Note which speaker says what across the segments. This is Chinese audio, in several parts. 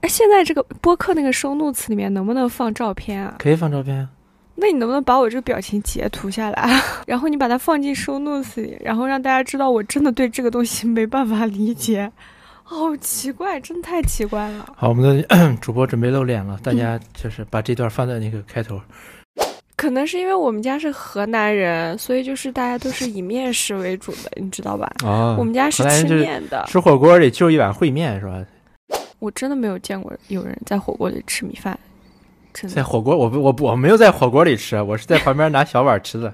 Speaker 1: 哎现在这个播客那个收录词里面能不能放照片啊？
Speaker 2: 可以放照片啊。
Speaker 1: 那你能不能把我这个表情截图下来，啊 然后你把它放进收 notes 里，然后让大家知道我真的对这个东西没办法理解，好奇怪，真的太奇怪了。
Speaker 2: 好，我们的 主播准备露脸了，大家就是把这段放在那个开头。
Speaker 1: 可能是因为我们家是河南人，所以就是大家都是以面食为主的，你知道吧？
Speaker 2: 哦
Speaker 1: 我们家是
Speaker 2: 河南人
Speaker 1: 吃
Speaker 2: 就是
Speaker 1: 面的，
Speaker 2: 吃火锅里就一碗烩面是吧？
Speaker 1: 我真的没有见过有人在火锅里吃米饭，真的
Speaker 2: 在。火锅，我不我不我没有在火锅里吃，我是在旁边拿小碗吃 的。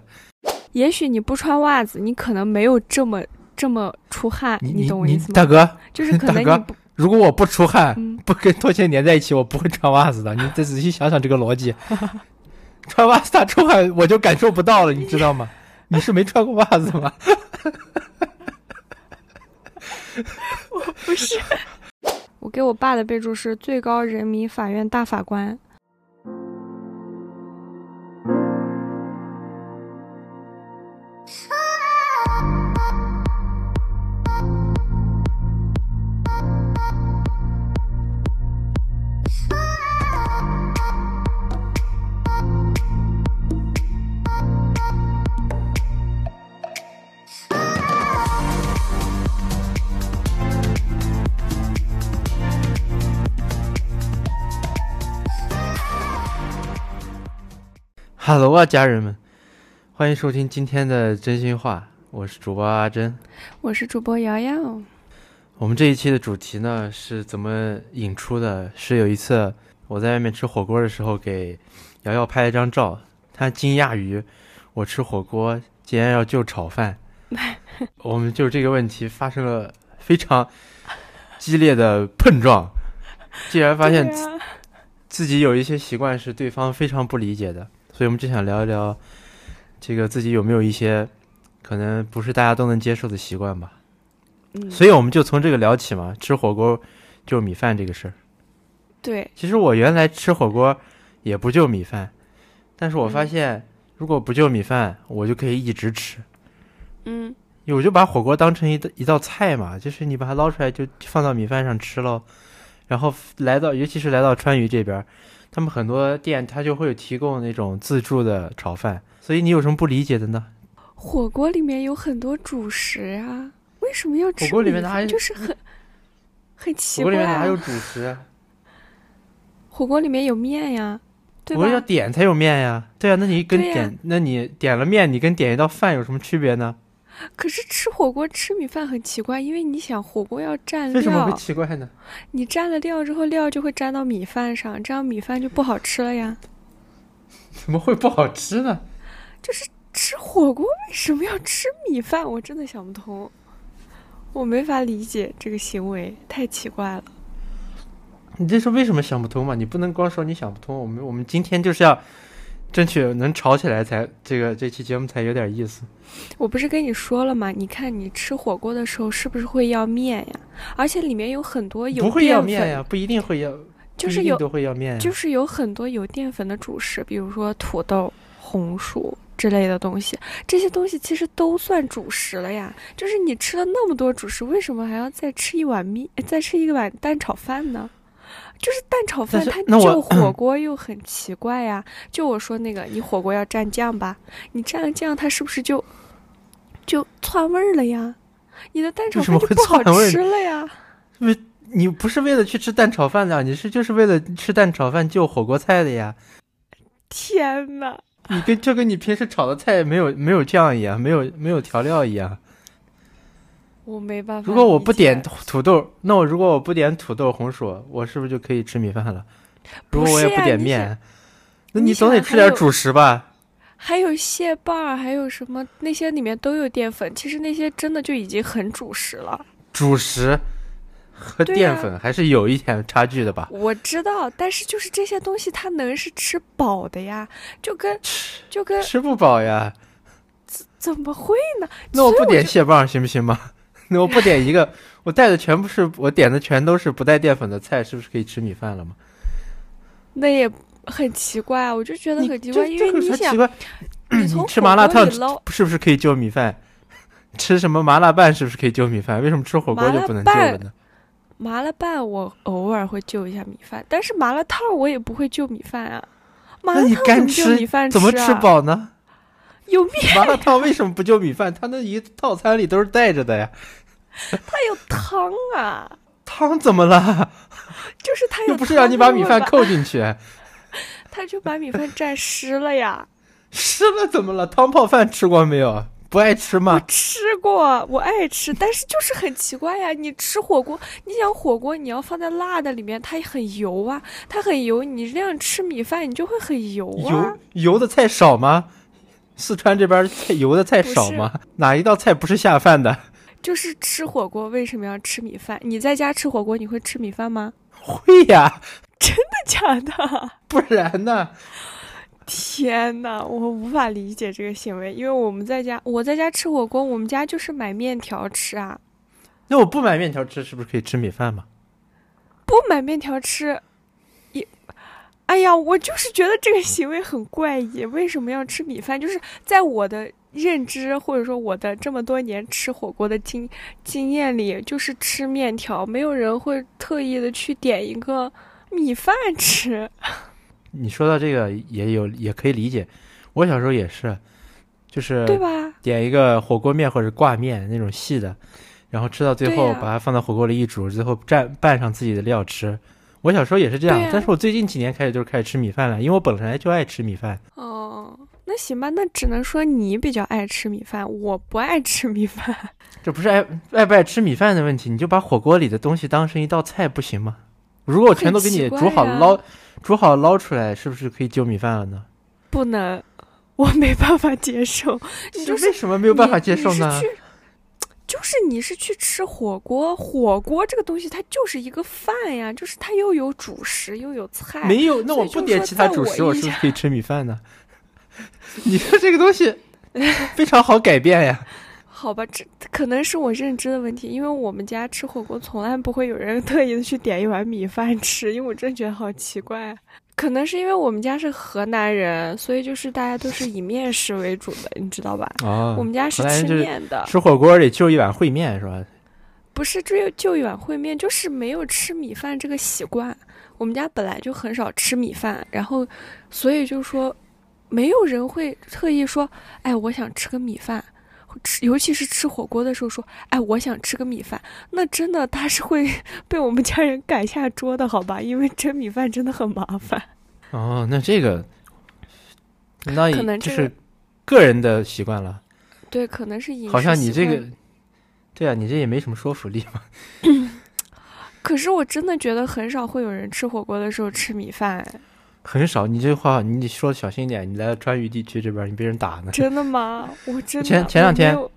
Speaker 1: 也许你不穿袜子，你可能没有这么这么出汗，
Speaker 2: 你
Speaker 1: 懂我
Speaker 2: 你
Speaker 1: 意思
Speaker 2: 大
Speaker 1: 吗？
Speaker 2: 哥，
Speaker 1: 就是可 能
Speaker 2: 大哥
Speaker 1: 你不，
Speaker 2: 如果我不出汗，
Speaker 1: 嗯，
Speaker 2: 不跟拖鞋粘在一起，我不会穿袜子的。你得仔细想想这个逻 辑。穿袜子他出汗，我就感受不到了，你知道 吗？你是没穿过袜子 吗？
Speaker 1: 不是。 我给我爸的备注是最高人民法院大法官。
Speaker 2: Hello 啊，家人们，欢迎收听今天的真心话，我是主播阿珍。
Speaker 1: 我是主播瑶瑶。
Speaker 2: 我们这一期的主题呢是怎么引出的？是有一次我在外面吃火锅的时候，给瑶瑶拍了一张照，她惊讶于我吃火锅竟然要就炒饭。 我们就这个问题发生了非常激烈的碰撞，竟然发现
Speaker 1: 对啊
Speaker 2: 自己有一些习惯是对方非常不理解的，所以我们就想聊一聊这个自己有没有一些可能不是大家都能接受的习惯吧。
Speaker 1: 嗯，
Speaker 2: 所以我们就从这个聊起嘛，吃火锅就米饭这个事儿。
Speaker 1: 对，
Speaker 2: 其实我原来吃火锅也不就米饭，但是我发
Speaker 1: 嗯
Speaker 2: 现如果不就米饭，我就可以一直吃。
Speaker 1: 嗯，
Speaker 2: 我就把火锅当成一道一道菜嘛，就是你把它捞出来就放到米饭上吃喽。然后来到，尤其是来到川渝这边儿，他们很多店它就会有提供那种自助的炒饭，所以你有什么不理解的呢？
Speaker 1: 火锅里面有很多主食啊，为什么要吃
Speaker 2: 火锅里
Speaker 1: 米
Speaker 2: 面它
Speaker 1: 饭
Speaker 2: 还嗯
Speaker 1: 就是很很奇
Speaker 2: 火
Speaker 1: 怪、啊。
Speaker 2: 锅里面哪有主食啊？
Speaker 1: 火锅里面有面呀，对
Speaker 2: 我要
Speaker 1: 吧？
Speaker 2: 点才有面呀。对啊，那你跟
Speaker 1: 对呀
Speaker 2: 点，那你点了面，你跟点一道饭有什么区别呢？
Speaker 1: 可是吃火锅吃米饭很奇怪，因为你想火锅要蘸
Speaker 2: 为什么会
Speaker 1: 料，
Speaker 2: 奇怪呢？
Speaker 1: 你蘸了料之后，料就会沾到米饭上，这样米饭就不好吃了呀。
Speaker 2: 怎么会不好吃呢？
Speaker 1: 吃火锅为什么要吃米饭？我真的想不通，我没法理解这个行为，太奇怪了。
Speaker 2: 你这是为什么想不通嘛？你不能光说你想不通，我们我们今天就是要争取能吵起来才这个这期节目才有点意思。
Speaker 1: 我不是跟你说了吗？你看你吃火锅的时候是不是会要面呀？而且里面有很多有
Speaker 2: 不会要
Speaker 1: 淀
Speaker 2: 面
Speaker 1: 粉
Speaker 2: 呀，不一定会要，
Speaker 1: 就
Speaker 2: 不
Speaker 1: 是
Speaker 2: 一定
Speaker 1: 有
Speaker 2: 都会要面呀。
Speaker 1: 就是有很多有淀粉的主食，比如说土豆、红薯之类的东西，这些东西其实都算主食了呀。就是你吃了那么多主食，为什么还要再吃一碗面，再吃一碗蛋炒饭呢？就是蛋炒饭，
Speaker 2: 但是
Speaker 1: 它
Speaker 2: 那我嗯
Speaker 1: 就火锅又很奇怪呀。就我说那个，你火锅要蘸酱吧，你蘸了酱，它是不是就就窜味儿了呀？你的蛋炒
Speaker 2: 为什么
Speaker 1: 饭就
Speaker 2: 会
Speaker 1: 不好
Speaker 2: 窜味儿
Speaker 1: 吃了呀。
Speaker 2: 你不是为了去吃蛋炒饭的啊呀，你是就是为了吃蛋炒饭就火锅菜的呀。
Speaker 1: 天哪！
Speaker 2: 你跟就跟你平时炒的菜没有没有酱一样，没有没有调料一样。
Speaker 1: 我没办法理解。
Speaker 2: 如果我不点土豆，那我如果我不点土豆红薯，我是不是就可以吃米饭了？如果我也
Speaker 1: 不是呀
Speaker 2: 点
Speaker 1: 你
Speaker 2: 面，那
Speaker 1: 你
Speaker 2: 总
Speaker 1: 想
Speaker 2: 得
Speaker 1: 还
Speaker 2: 吃点
Speaker 1: 有
Speaker 2: 主食吧？
Speaker 1: 还有蟹棒儿，还有什么那些里面都有淀粉，其实那些真的就已经很主食 了。
Speaker 2: 主食和
Speaker 1: 对啊
Speaker 2: 淀
Speaker 1: 呀
Speaker 2: 粉还是有一点差距的吧？
Speaker 1: 我知道，但是就是这些东西它能是吃饱的呀，就跟就跟
Speaker 2: 吃不饱呀。
Speaker 1: 怎么会呢？
Speaker 2: 那我
Speaker 1: 所以
Speaker 2: 不点蟹棒行不行吗？ 那我不点一个，我带的全部是我点的全都是不带淀粉的菜，是不是可以吃米饭了吗？
Speaker 1: 那也很奇怪啊，我就觉得
Speaker 2: 你
Speaker 1: 很奇
Speaker 2: 这
Speaker 1: 怪，因
Speaker 2: 这
Speaker 1: 为
Speaker 2: 个
Speaker 1: 你
Speaker 2: 才
Speaker 1: 想
Speaker 2: 奇，怪，
Speaker 1: 你从
Speaker 2: 吃
Speaker 1: 火
Speaker 2: 麻辣
Speaker 1: 锅
Speaker 2: 烫
Speaker 1: 里捞
Speaker 2: 是不是可以就 米饭？吃什么麻辣拌是不是可以就米饭？为什么吃火锅
Speaker 1: 麻
Speaker 2: 就
Speaker 1: 辣
Speaker 2: 不能就了
Speaker 1: 拌啊
Speaker 2: 呢？
Speaker 1: 麻辣拌我偶尔会就一下米饭，但是麻辣烫我也不会就米饭啊。麻
Speaker 2: 那
Speaker 1: 辣
Speaker 2: 你
Speaker 1: 烫怎
Speaker 2: 干
Speaker 1: 么就米饭
Speaker 2: 怎么
Speaker 1: 吃
Speaker 2: 吃
Speaker 1: 啊？
Speaker 2: 饱呢？
Speaker 1: 有面
Speaker 2: 麻辣烫为什么不就米饭？它那一套餐里都是带着的呀。
Speaker 1: 它有汤啊，
Speaker 2: 汤怎么
Speaker 1: 哎
Speaker 2: 了？
Speaker 1: 就是它有
Speaker 2: 又不是让你把米饭扣进去，
Speaker 1: 他就把米饭蘸湿了呀。
Speaker 2: 湿了怎么了？汤泡饭吃过没有？不爱吃
Speaker 1: 我
Speaker 2: 吗？
Speaker 1: 吃过，我爱吃，但是就是很奇怪呀。你吃火锅，你想火锅你要放在辣的里面，它也很油啊，它很油。你那样吃米饭，你就会很油啊。
Speaker 2: 油油的菜少吗？四川这边菜油的菜少吗？哪一道菜不是下饭的？
Speaker 1: 就是吃火锅为什么要吃米饭？你在家吃火锅，你会吃米饭吗？
Speaker 2: 会呀，
Speaker 1: 真 的假的？
Speaker 2: 不然呢？
Speaker 1: 天呐，我无法理解这个行为，因为我们在家，我在家吃火锅，我们家就是买面条吃啊，
Speaker 2: 那我不买面条吃，是不是可以吃米饭嘛？
Speaker 1: 不买面条吃，也，哎呀，我就是觉得这个行为很怪异，为什么要吃米饭？就是在我的认知或者说我的这么多年吃火锅的经经验里，就是吃面条，没有人会特意的去点一个米饭吃。
Speaker 2: 你说到这个也有也可以理解，我小时候也是，就是
Speaker 1: 对吧？
Speaker 2: 点一个火锅面或者挂面那种细的，然后吃到最后
Speaker 1: 对呀
Speaker 2: 把它放到火锅里一煮，最后蘸拌上自己的料吃。我小时候也是这样，
Speaker 1: 对呀
Speaker 2: 但是我最近几年开始就是开始吃米饭了，因为我本来就爱吃米饭。
Speaker 1: 哦，那行吧，那只能说你比较爱吃米饭，我不爱吃米饭。
Speaker 2: 这不是爱爱不爱吃米饭的问题，你就把火锅里的东西当成一道菜不行吗？如果我全都给你
Speaker 1: 很奇怪
Speaker 2: 煮好
Speaker 1: 呀
Speaker 2: 捞，煮好捞出来，是不是可以就米饭了呢？
Speaker 1: 不能，我没办法接受。你就是
Speaker 2: 为什么没有办法接受呢
Speaker 1: 你？是去就是你是去吃火锅，火锅这个东西它就是一个饭呀，就是它又有主食又有菜。
Speaker 2: 没有，那
Speaker 1: 所
Speaker 2: 我
Speaker 1: 以就
Speaker 2: 不
Speaker 1: 是
Speaker 2: 点
Speaker 1: 说
Speaker 2: 其他
Speaker 1: 在
Speaker 2: 主
Speaker 1: 我
Speaker 2: 食，我
Speaker 1: 印
Speaker 2: 是不是可以吃米饭呢？ 你说这个东西非常好改变呀。
Speaker 1: 好吧，这可能是我认知的问题，因为我们家吃火锅从来不会有人 特意的去点一碗米饭吃，因为我真觉得好奇怪。啊可能是因为我们家是河南人，所以就是大家都是以面食为主的，你知道吧？
Speaker 2: 啊
Speaker 1: 我们家是
Speaker 2: 河南人
Speaker 1: 吃
Speaker 2: 就是
Speaker 1: 面的，
Speaker 2: 吃火锅里就一碗烩面是吧？
Speaker 1: 不是就就一碗烩面，就是没有吃米饭这个习惯。我们家本来就很少吃米饭，然后所以就说，没有人会特意说，哎，我想吃个米饭。吃，尤其是吃火锅的时候说，哎，我想吃个米饭，那真的他是会 被我们家人赶下桌的，好吧？因为蒸米饭真的很麻烦。
Speaker 2: 哦，那这个，那
Speaker 1: 可能
Speaker 2: 就
Speaker 1: 这
Speaker 2: 是个人的习惯了。
Speaker 1: 对，可能是饮食
Speaker 2: 好像你
Speaker 1: 习
Speaker 2: 这
Speaker 1: 惯
Speaker 2: 个，对啊，你这也没什么说服力嘛。
Speaker 1: 可是我真的觉得很少会有人吃火锅的时候吃米 饭，哎
Speaker 2: 很少，你这话你得说小心一点。你来川渝地区这边，你被人打呢。
Speaker 1: 真的吗？我真的
Speaker 2: 前前两
Speaker 1: 我没
Speaker 2: 天
Speaker 1: 有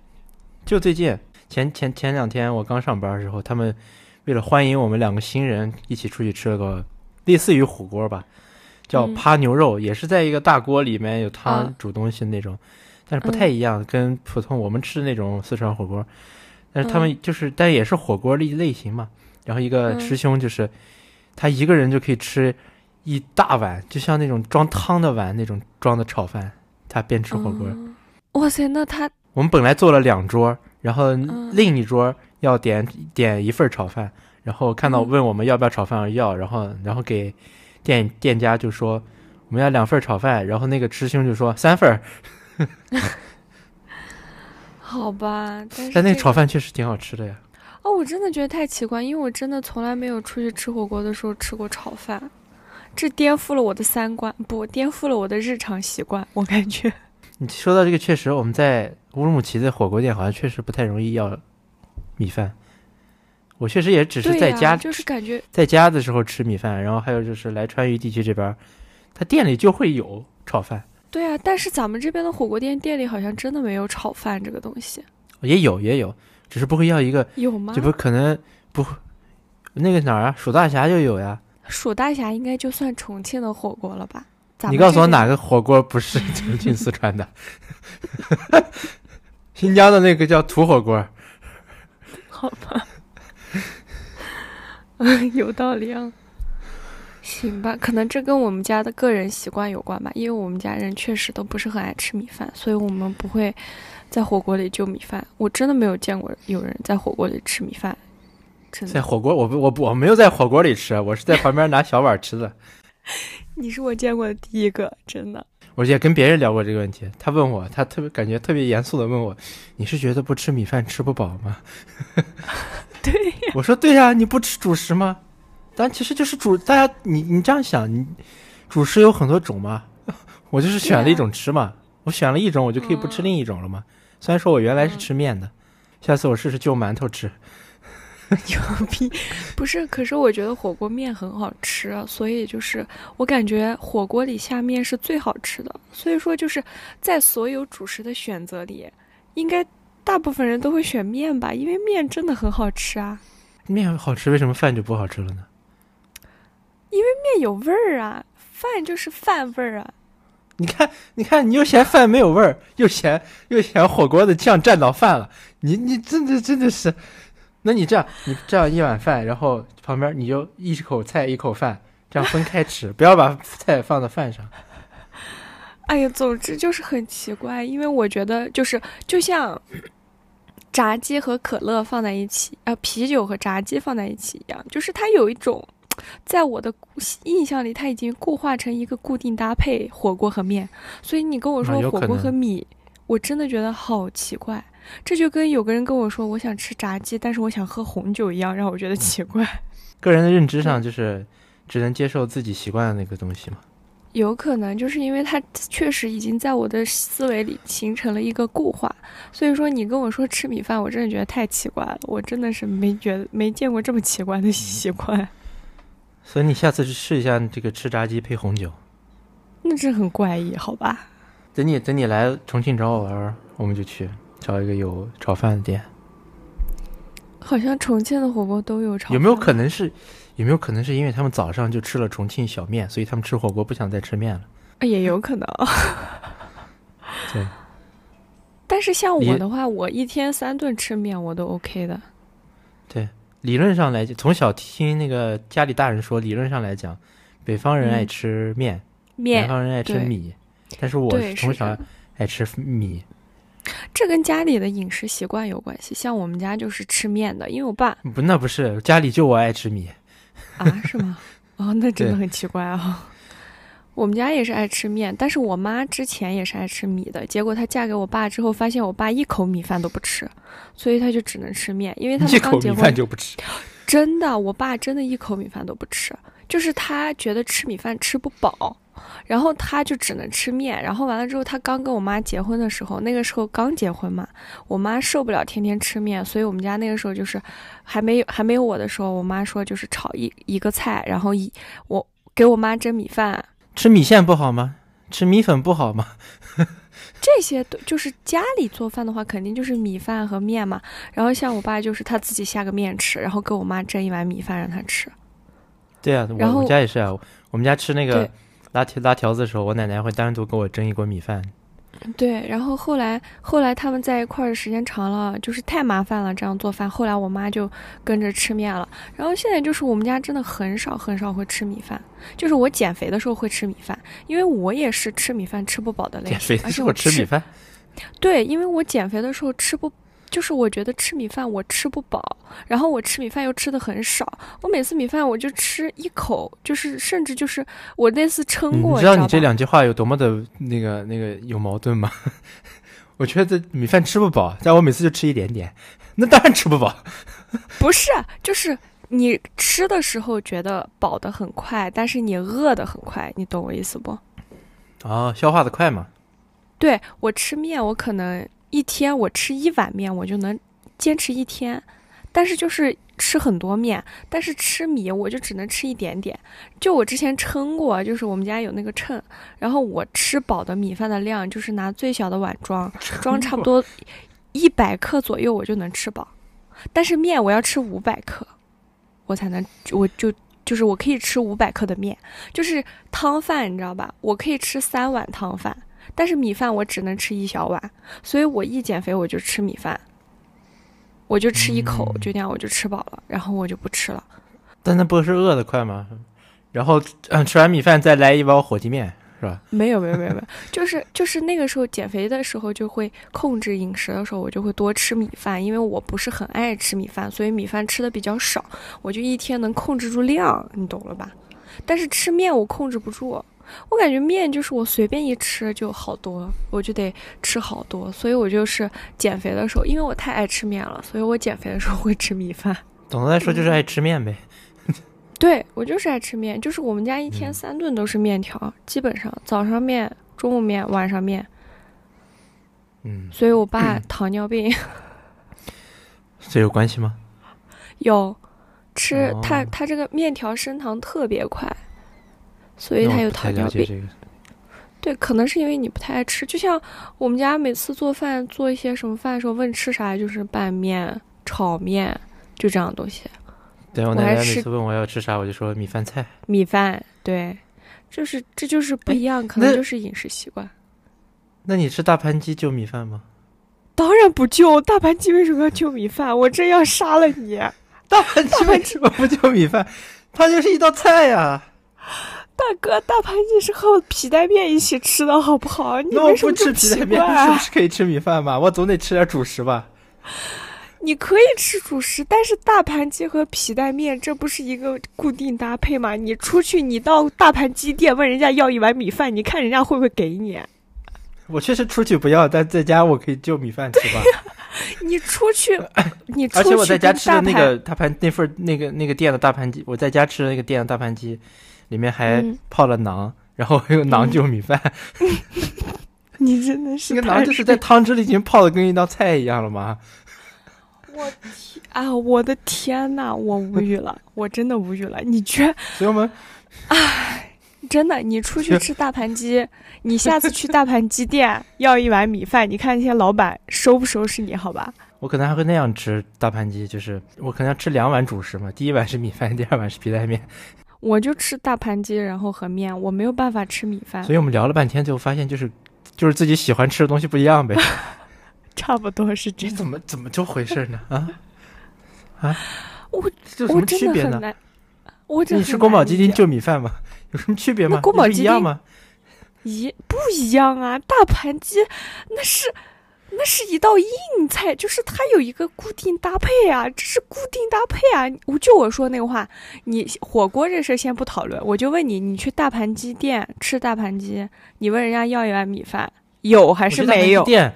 Speaker 2: 就最近前前前两天我刚上班的时候，他们为了欢迎我们两个新人，一起出去吃了个类似于火锅吧，叫
Speaker 1: 嗯
Speaker 2: 扒牛肉，也是在一个大锅里面有汤
Speaker 1: 啊嗯
Speaker 2: 煮东西那种，但是不太一样，跟普通我们吃的那种四川火锅。但是他们就是，但也是火锅类类型嘛。然后一个
Speaker 1: 嗯
Speaker 2: 师兄就是，他一个人就可以吃一大碗，就像那种装汤的碗那种装的炒饭，他边吃火锅。
Speaker 1: 嗯哇塞，那他
Speaker 2: 我们本来做了两桌，然后
Speaker 1: 嗯
Speaker 2: 另一桌要点、点一份炒饭，然后看到
Speaker 1: 嗯
Speaker 2: 问我们要不要炒饭，我说要，然后然后给店店家就说我们要两份炒饭，然后那个师兄就说三份儿，
Speaker 1: 好吧，但是、
Speaker 2: 但那个炒饭确实挺好吃的呀。
Speaker 1: 哦，我真的觉得太奇怪，因为我真的从来没有出去吃火锅的时候吃过炒饭，这颠覆了我的三观，不颠覆了我的日常习惯，我感觉。
Speaker 2: 你说到这个，确实我们在乌鲁木齐的火锅店好像确实不太容易要米饭，我确实也只是
Speaker 1: 对
Speaker 2: 在
Speaker 1: 呀
Speaker 2: 家、
Speaker 1: 就是感觉
Speaker 2: 在家的时候吃米饭，然后还有就是来川渝地区这边儿，他店里就会有炒饭，
Speaker 1: 对啊，但是咱们这边的火锅店店里好像真的没有炒饭这个东西，
Speaker 2: 也有也有，只是不会要一个
Speaker 1: 有吗
Speaker 2: 这？不可能不，那个哪儿啊？蜀大侠就有呀。
Speaker 1: 蜀大侠应该就算重庆的火锅了吧？咱们
Speaker 2: 你告诉
Speaker 1: 这
Speaker 2: 我
Speaker 1: 边
Speaker 2: 哪个火锅不是重庆、四川的？ 新疆的那个叫土火锅，
Speaker 1: 好吧， 有道理啊。行吧，可能这跟我们家的个人习惯有关吧，因为我们家人确实都不是很爱吃米饭，所以我们不会在火锅里就米饭。我真的没有见过有人在火锅里吃米饭，真
Speaker 2: 在
Speaker 1: 的。
Speaker 2: 火锅，我不我不我没有在火锅里吃，啊我是在旁边拿小碗吃的。
Speaker 1: 你是我见过的第一个，真的。
Speaker 2: 我也跟别人聊过这个问题，他问我，他特别感觉特别严肃的问我，你是觉得不吃米饭吃不饱吗？
Speaker 1: 对，
Speaker 2: 我说对呀、你不吃主食吗？但其实就是主，大家你你这样想，你主食有很多种嘛， 我就是选了一种吃嘛，我选了一种，我就可以不吃另一种了嘛。虽然说我原来是吃面的，下次我试试就馒头吃。
Speaker 1: 不是，可是我觉得火锅面很好吃啊，所以就是我感觉火锅里下面是最好吃的。所以说，就是在所有主食的选择里，应该大部分人都会选面吧，因为面真的很好吃啊，
Speaker 2: 面好吃，为什么饭就不好吃了呢？
Speaker 1: 面有味儿啊，饭就是饭味儿啊。
Speaker 2: 你看，你看，你又嫌饭没有味儿，又嫌又嫌火锅的酱蘸到饭了，你你真的真的是，那你这样，你这样一碗饭，然后旁边你就一口菜一口饭，这样分开吃，不要把菜放到饭上。
Speaker 1: 哎呀，总之就是很奇怪，因为我觉得就是就像炸鸡和可乐放在一起，呃，啤酒和炸鸡放在一起一样，就是它有一种，在我的印象里，它已经固化成一个固定搭配，火锅和面。所以你跟我说
Speaker 2: 啊有
Speaker 1: 火
Speaker 2: 可
Speaker 1: 锅
Speaker 2: 能
Speaker 1: 和米，我真的觉得好奇怪。这就跟有个人跟我说我想吃炸鸡，但是我想喝红酒一样，让我觉得奇怪。
Speaker 2: 个人的认知上就是只能接受自己习惯的那个东西嘛。
Speaker 1: 有可能就是因为它确实已经在我的思维里形成了一个固化，所以说你跟我说吃米饭，我真的觉得太奇怪了，我真的是没觉得没见过这么奇怪的
Speaker 2: 嗯
Speaker 1: 习惯，
Speaker 2: 所以你下次去试一下这个吃炸鸡配红酒。
Speaker 1: 那真很怪异，好吧？
Speaker 2: 等你等你来重庆找我玩儿，我们就去找一个有炒饭的店。
Speaker 1: 好像重庆的火锅都有炒，
Speaker 2: 有没有可？能是有没有可能是因为他们早上就吃了重庆小面，所以他们吃火锅不想再吃面了？
Speaker 1: 呃也有可能。
Speaker 2: 对，
Speaker 1: 但是像
Speaker 2: 你
Speaker 1: 我的话，我一天三顿吃面我都 OK 的。
Speaker 2: 理论上来讲，从小听那个家里大人说，理论上来讲，北方人爱吃面，南
Speaker 1: 嗯面
Speaker 2: 方人爱吃
Speaker 1: 对
Speaker 2: 米，但是我
Speaker 1: 对
Speaker 2: 是从
Speaker 1: 是
Speaker 2: 小
Speaker 1: 的
Speaker 2: 爱吃米。
Speaker 1: 这跟家里的饮食习惯有关系，像我们家就是吃面的，因为我爸
Speaker 2: 不，那不是家里就我爱吃米。
Speaker 1: 啊，是吗？哦，那真的
Speaker 2: 对
Speaker 1: 很奇怪啊、我们家也是爱吃面，但是我妈之前也是爱吃米的，结果她嫁给我爸之后，发现我爸一口米饭都不吃，所以她就只能吃面，因为他
Speaker 2: 一
Speaker 1: 们
Speaker 2: 口
Speaker 1: 刚结
Speaker 2: 米饭
Speaker 1: 婚，
Speaker 2: 就不吃，
Speaker 1: 真的，我爸真的一口米饭都不吃，就是他觉得吃米饭吃不饱。然后他就只能吃面，然后完了之后，他刚跟我妈结婚的时候，那个时候刚结婚嘛，我妈受不了天天吃面，所以我们家那个时候就是还没有还没有我的时候，我妈说就是炒一一个菜，然后一我给我妈蒸米饭，
Speaker 2: 吃米线不好吗？吃米粉不好吗？
Speaker 1: 这些都就是家里做饭的话，肯定就是米饭和面嘛。然后像我爸就是他自己下个面吃，然后给我妈蒸一碗米饭让她吃。
Speaker 2: 对啊，
Speaker 1: 然
Speaker 2: 我
Speaker 1: 后
Speaker 2: 我们家也是啊。我们家吃那个
Speaker 1: 对
Speaker 2: 拉条拉条子的时候，我奶奶会单独给我蒸一锅米饭。
Speaker 1: 对，然后后来后来他们在一块儿的时间长了，就是太麻烦了，这样做饭。后来我妈就跟着吃面了。然后现在就是我们家真的很少很少会吃米饭，就是我减肥的时候会吃米饭，因为我也是吃米饭吃不饱的类型。
Speaker 2: 减肥的
Speaker 1: 而且
Speaker 2: 时
Speaker 1: 我
Speaker 2: 候吃米饭，
Speaker 1: 对，因为我减肥的时候吃不，就是我觉得吃米饭我吃不饱，然后我吃米饭又吃的很少，我每次米饭我就吃一口，就是甚至就是我那次撑
Speaker 2: 嗯
Speaker 1: 过，
Speaker 2: 你知道你
Speaker 1: 吧
Speaker 2: 这两句话有多么的那个那个有矛盾吗？ 我觉得米饭吃不饱，但我每次就吃一点点，那当然吃不饱。
Speaker 1: 不是，就是你吃的时候觉得饱的很快，但是你饿的很快，你懂我意思不？
Speaker 2: 哦，消化的快嘛。
Speaker 1: 对我吃面，我可能一天我吃一碗面，我就能坚持一天，但是就是吃很多面，但是吃米我就只能吃一点点。就我之前称过，就是我们家有那个秤，然后我吃饱的米饭的量就是拿最小的碗装，装差不多一百克左右，我就能吃饱。但是面我要吃五百克，我才能我就就是我可以吃五百克的面，就是汤饭你知道吧？我可以吃三碗汤饭，但是米饭我只能吃一小碗，所以我一减肥我就吃米饭，我就吃一口，
Speaker 2: 嗯
Speaker 1: 就那样我就吃饱了，然后我就不吃了。
Speaker 2: 但那不是饿的快吗？然后、嗯、吃完米饭再来一包火鸡面，是吧？
Speaker 1: 没有没有没有没有，就是就是那个时候减肥的时候就会控制饮食的时候，我就会多吃米饭，因为我不是很爱吃米饭，所以米饭吃的比较少，我就一天能控制住量，你懂了吧？但是吃面我控制不住，我感觉面就是我随便一吃就好多，我就得吃好多，所以我就是减肥的时候，因为我太爱吃面了，所以我减肥的时候会吃米饭。
Speaker 2: 总的来说就是爱吃面呗。
Speaker 1: 对我就是爱吃面，就是我们家一天三顿都是面条，基本上早上面、中午面、晚上面。
Speaker 2: 嗯，
Speaker 1: 所以我爸糖尿病、
Speaker 2: 这有关系吗？
Speaker 1: 有吃、
Speaker 2: 哦
Speaker 1: 他他这个面条升糖特别快，所以
Speaker 2: 那
Speaker 1: 他
Speaker 2: 我
Speaker 1: 有
Speaker 2: 不太
Speaker 1: 糖
Speaker 2: 了
Speaker 1: 尿
Speaker 2: 解
Speaker 1: 病。
Speaker 2: 这个。
Speaker 1: 对，可能是因为你不太爱吃。就像我们家每次做饭做一些什么饭的时候，问吃啥就是拌面、炒面，就这样的东西，
Speaker 2: 对我
Speaker 1: 我
Speaker 2: 奶
Speaker 1: 还
Speaker 2: 奶
Speaker 1: 吃
Speaker 2: 每次问我要吃啥，我就说米饭菜。
Speaker 1: 米饭。对，就是这就是不一样，可能
Speaker 2: 那
Speaker 1: 就是饮食习惯。
Speaker 2: 那你吃大盘鸡就米饭吗？
Speaker 1: 当然不救大盘鸡，为什么要救米饭？我真要杀了你！
Speaker 2: 大盘鸡为什么不就米饭？它就是一道菜呀、
Speaker 1: 大哥，大盘鸡是和皮带面一起吃的，好不好？你
Speaker 2: 那我
Speaker 1: 为什
Speaker 2: 不
Speaker 1: 么这
Speaker 2: 吃
Speaker 1: 么
Speaker 2: 皮
Speaker 1: 奇
Speaker 2: 带面，
Speaker 1: 怪啊
Speaker 2: 是不是可以吃米饭吧？我总得吃点主食吧？
Speaker 1: 你可以吃主食，但是大盘鸡和皮带面这不是一个固定搭配吗？你出去，你到大盘鸡店问人家要一碗米饭，你看人家会不会给你？
Speaker 2: 我确实出去不要，但在家我可以就米饭吃吧。
Speaker 1: 你出 去，你出
Speaker 2: 而
Speaker 1: 去
Speaker 2: 且我在家吃的
Speaker 1: 跟大
Speaker 2: 那
Speaker 1: 盘
Speaker 2: 个大盘那份那个那个店的大盘鸡，我在家吃的那个店的大盘鸡，里面还
Speaker 1: 嗯
Speaker 2: 泡了馕，然后还有馕就米饭。
Speaker 1: 你真的是
Speaker 2: 这个
Speaker 1: 太
Speaker 2: 馕就是在汤汁里已经泡的跟一道菜一样了嘛。
Speaker 1: 我天啊！我的天呐，我无语 了，我真的无语了。你居然
Speaker 2: 所以我们
Speaker 1: 真的，你出去吃大盘鸡，你下次去大盘鸡店要一碗米饭，你看那些老板收不收拾你？好吧？
Speaker 2: 我可能还会那样吃大盘鸡，就是我可能要吃两碗主食嘛，第一碗是米饭，第二碗是皮带面。
Speaker 1: 我就吃大盘鸡，然后和面，我没有办法吃米饭
Speaker 2: 所。以我们聊了半天，最后发现就是就是自己喜欢吃的东西不一样呗。
Speaker 1: 差不多是这
Speaker 2: 你
Speaker 1: 样。
Speaker 2: 怎么怎么就回事呢？啊啊！
Speaker 1: 我
Speaker 2: 这有什
Speaker 1: 我
Speaker 2: 么
Speaker 1: 真
Speaker 2: 区
Speaker 1: 的
Speaker 2: 别
Speaker 1: 很
Speaker 2: 呢？
Speaker 1: 难，我真
Speaker 2: 你
Speaker 1: 的
Speaker 2: 吃
Speaker 1: 很
Speaker 2: 宫
Speaker 1: 难
Speaker 2: 保鸡
Speaker 1: 理
Speaker 2: 丁
Speaker 1: 解
Speaker 2: 就米饭吗？有什么区别吗？
Speaker 1: 那宫保
Speaker 2: 你不
Speaker 1: 鸡
Speaker 2: 一样
Speaker 1: 丁
Speaker 2: 吗？
Speaker 1: 一不一样啊！大盘鸡那是那是一道硬菜，就是它有一个固定搭配啊，这是固定搭配啊。我就我说那个话，你火锅这事先不讨论，我就问你，你去大盘鸡店吃大盘鸡，你问人家要一碗米饭，有还
Speaker 2: 我
Speaker 1: 是
Speaker 2: 去大盘
Speaker 1: 没
Speaker 2: 鸡
Speaker 1: 有？
Speaker 2: 店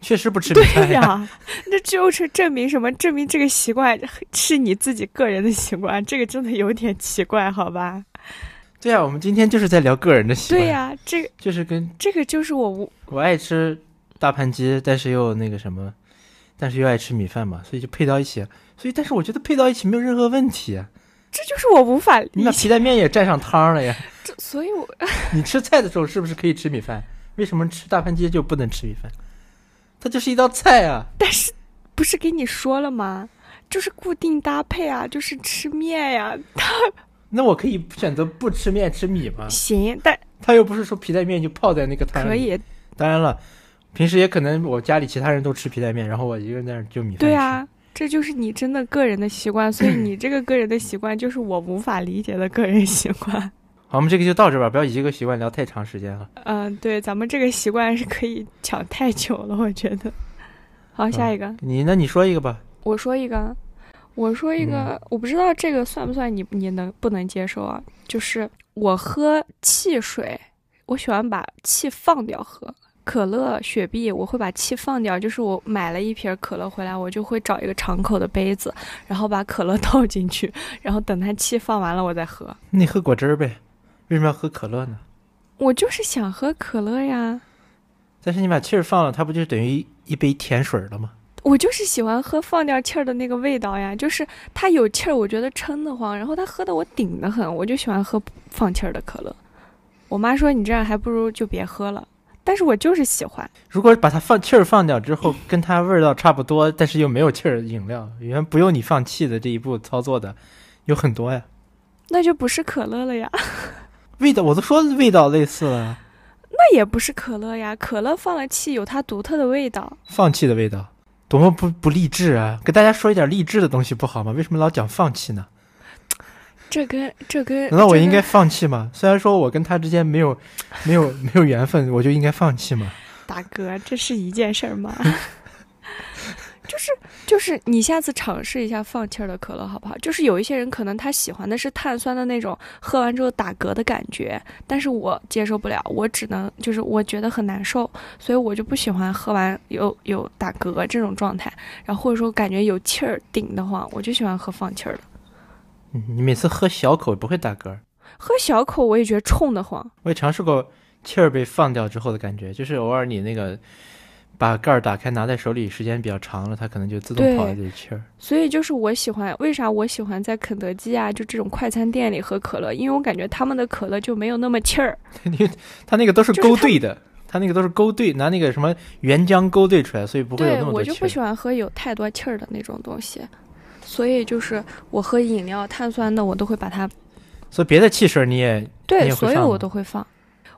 Speaker 2: 确实不吃米饭
Speaker 1: 对呀、 那就是证明什么？证明这个习惯是你自己个人的习惯，这个真的有点奇怪，好吧？
Speaker 2: 对呀、我们今天就是在聊个人的习惯。
Speaker 1: 对、呀、这个
Speaker 2: 就是跟
Speaker 1: 这个就是我无
Speaker 2: 我爱吃大盘鸡，但是又那个什么，但是又爱吃米饭嘛，所以就配到一起。所以，但是我觉得配到一起没有任何问题啊。
Speaker 1: 这就是我无法
Speaker 2: 你
Speaker 1: 理
Speaker 2: 把
Speaker 1: 解，
Speaker 2: 皮带面也蘸上汤了呀。
Speaker 1: 这所以我
Speaker 2: 你吃菜的时候是不是可以吃米饭？为什么吃大盘鸡就不能吃米饭？它就是一道菜啊。
Speaker 1: 但是不是跟你说了吗？就是固定搭配啊，就是吃面呀、
Speaker 2: 那我可以选择不吃面吃米吗？
Speaker 1: 行，但
Speaker 2: 它又不是说皮带面就泡在那个汤里。
Speaker 1: 可以，
Speaker 2: 当然了，平时也可能我家里其他人都吃皮带面，然后我一个人在那儿就米饭。
Speaker 1: 对，啊，这就是你真的个人的习惯，所以你这个个人的习惯就是我无法理解的个人习惯。
Speaker 2: 好，我们这个就到这吧，不要一个习惯聊太长时间了。
Speaker 1: 嗯，对，咱们这个习惯是可以 讲太久了，我觉得。好，下一个，
Speaker 2: 你那你说一个吧，
Speaker 1: 我说一个，啊我说一个，我不知道这个算不算你你能不能接受啊？就是我喝汽水，我喜欢把气放掉喝。可乐、雪碧，我会把气放掉。就是我买了一瓶可乐回来，我就会找一个敞口的杯子，然后把可乐 倒进去，然后等它气放完了我再喝。
Speaker 2: 那你喝果汁儿呗，为什么要喝可乐呢？
Speaker 1: 我就是想喝可乐呀，
Speaker 2: 但是你把气儿放了，它不就等于一杯甜水儿了吗？
Speaker 1: 我就是喜欢喝放掉气儿的那个味道呀，就是它有气儿，我觉得撑得慌，然后它喝的我顶得很，我就喜欢喝放气儿的可乐。我妈说你这样还不如就别喝了，但是我就是喜欢。
Speaker 2: 如果把它放气儿放掉之后，跟它味儿道差不多，但是又没有气儿的饮料，原来不用你放气的这一步操作的有很多呀。
Speaker 1: 那就不是可乐了呀，
Speaker 2: 味道我都说味道类似了，
Speaker 1: 那也不是可乐呀。可乐放了气，有它独特的味道。
Speaker 2: 放弃的味道，多么不不励志啊！给大家说一点励志的东西不好吗？为什么老讲放弃呢？
Speaker 1: 这跟这跟
Speaker 2: 难道我
Speaker 1: 这
Speaker 2: 应
Speaker 1: 跟
Speaker 2: 该放弃吗？虽然说我跟他之间没有没有没有缘分，我就应该放弃吗？
Speaker 1: 大哥，这是一件事儿吗？就是就是，你下次尝试一下放气儿的可乐好不好？就是有一些人可能他喜欢的是碳酸的那种，喝完之后打嗝的感觉，但是我接受不了，我只能就是我觉得很难受，所以我就不喜欢喝完有有打嗝这种状态，然后或者说感觉有气儿顶得慌，我就喜欢喝放气儿的。
Speaker 2: 嗯你每次喝小口不会打嗝儿，
Speaker 1: 喝小口我也觉得冲得慌，
Speaker 2: 我也尝试过气儿被放掉之后的感觉，就是偶尔你那个把盖儿打开拿在手里时间比较长了，它可能就自动
Speaker 1: 对
Speaker 2: 跑掉这气儿。
Speaker 1: 所以就是我喜欢，为啥我喜欢在肯德基啊，就这种快餐店里喝可乐？因为我感觉他们的可乐就没有那么气儿。
Speaker 2: 它那个都是
Speaker 1: 就是
Speaker 2: 勾
Speaker 1: 它
Speaker 2: 兑的，它那个都是勾兑，拿那个什么原浆勾兑出来，所以不会有
Speaker 1: 对
Speaker 2: 那么
Speaker 1: 我
Speaker 2: 多
Speaker 1: 就
Speaker 2: 气
Speaker 1: 不喜
Speaker 2: 儿。
Speaker 1: 欢喝有太多气儿的那种东西，所以就是我喝饮料碳酸的，我都会把它
Speaker 2: 所以别的汽水你也你
Speaker 1: 对
Speaker 2: 也会
Speaker 1: 所有
Speaker 2: 放
Speaker 1: 我
Speaker 2: 吗
Speaker 1: 都会放。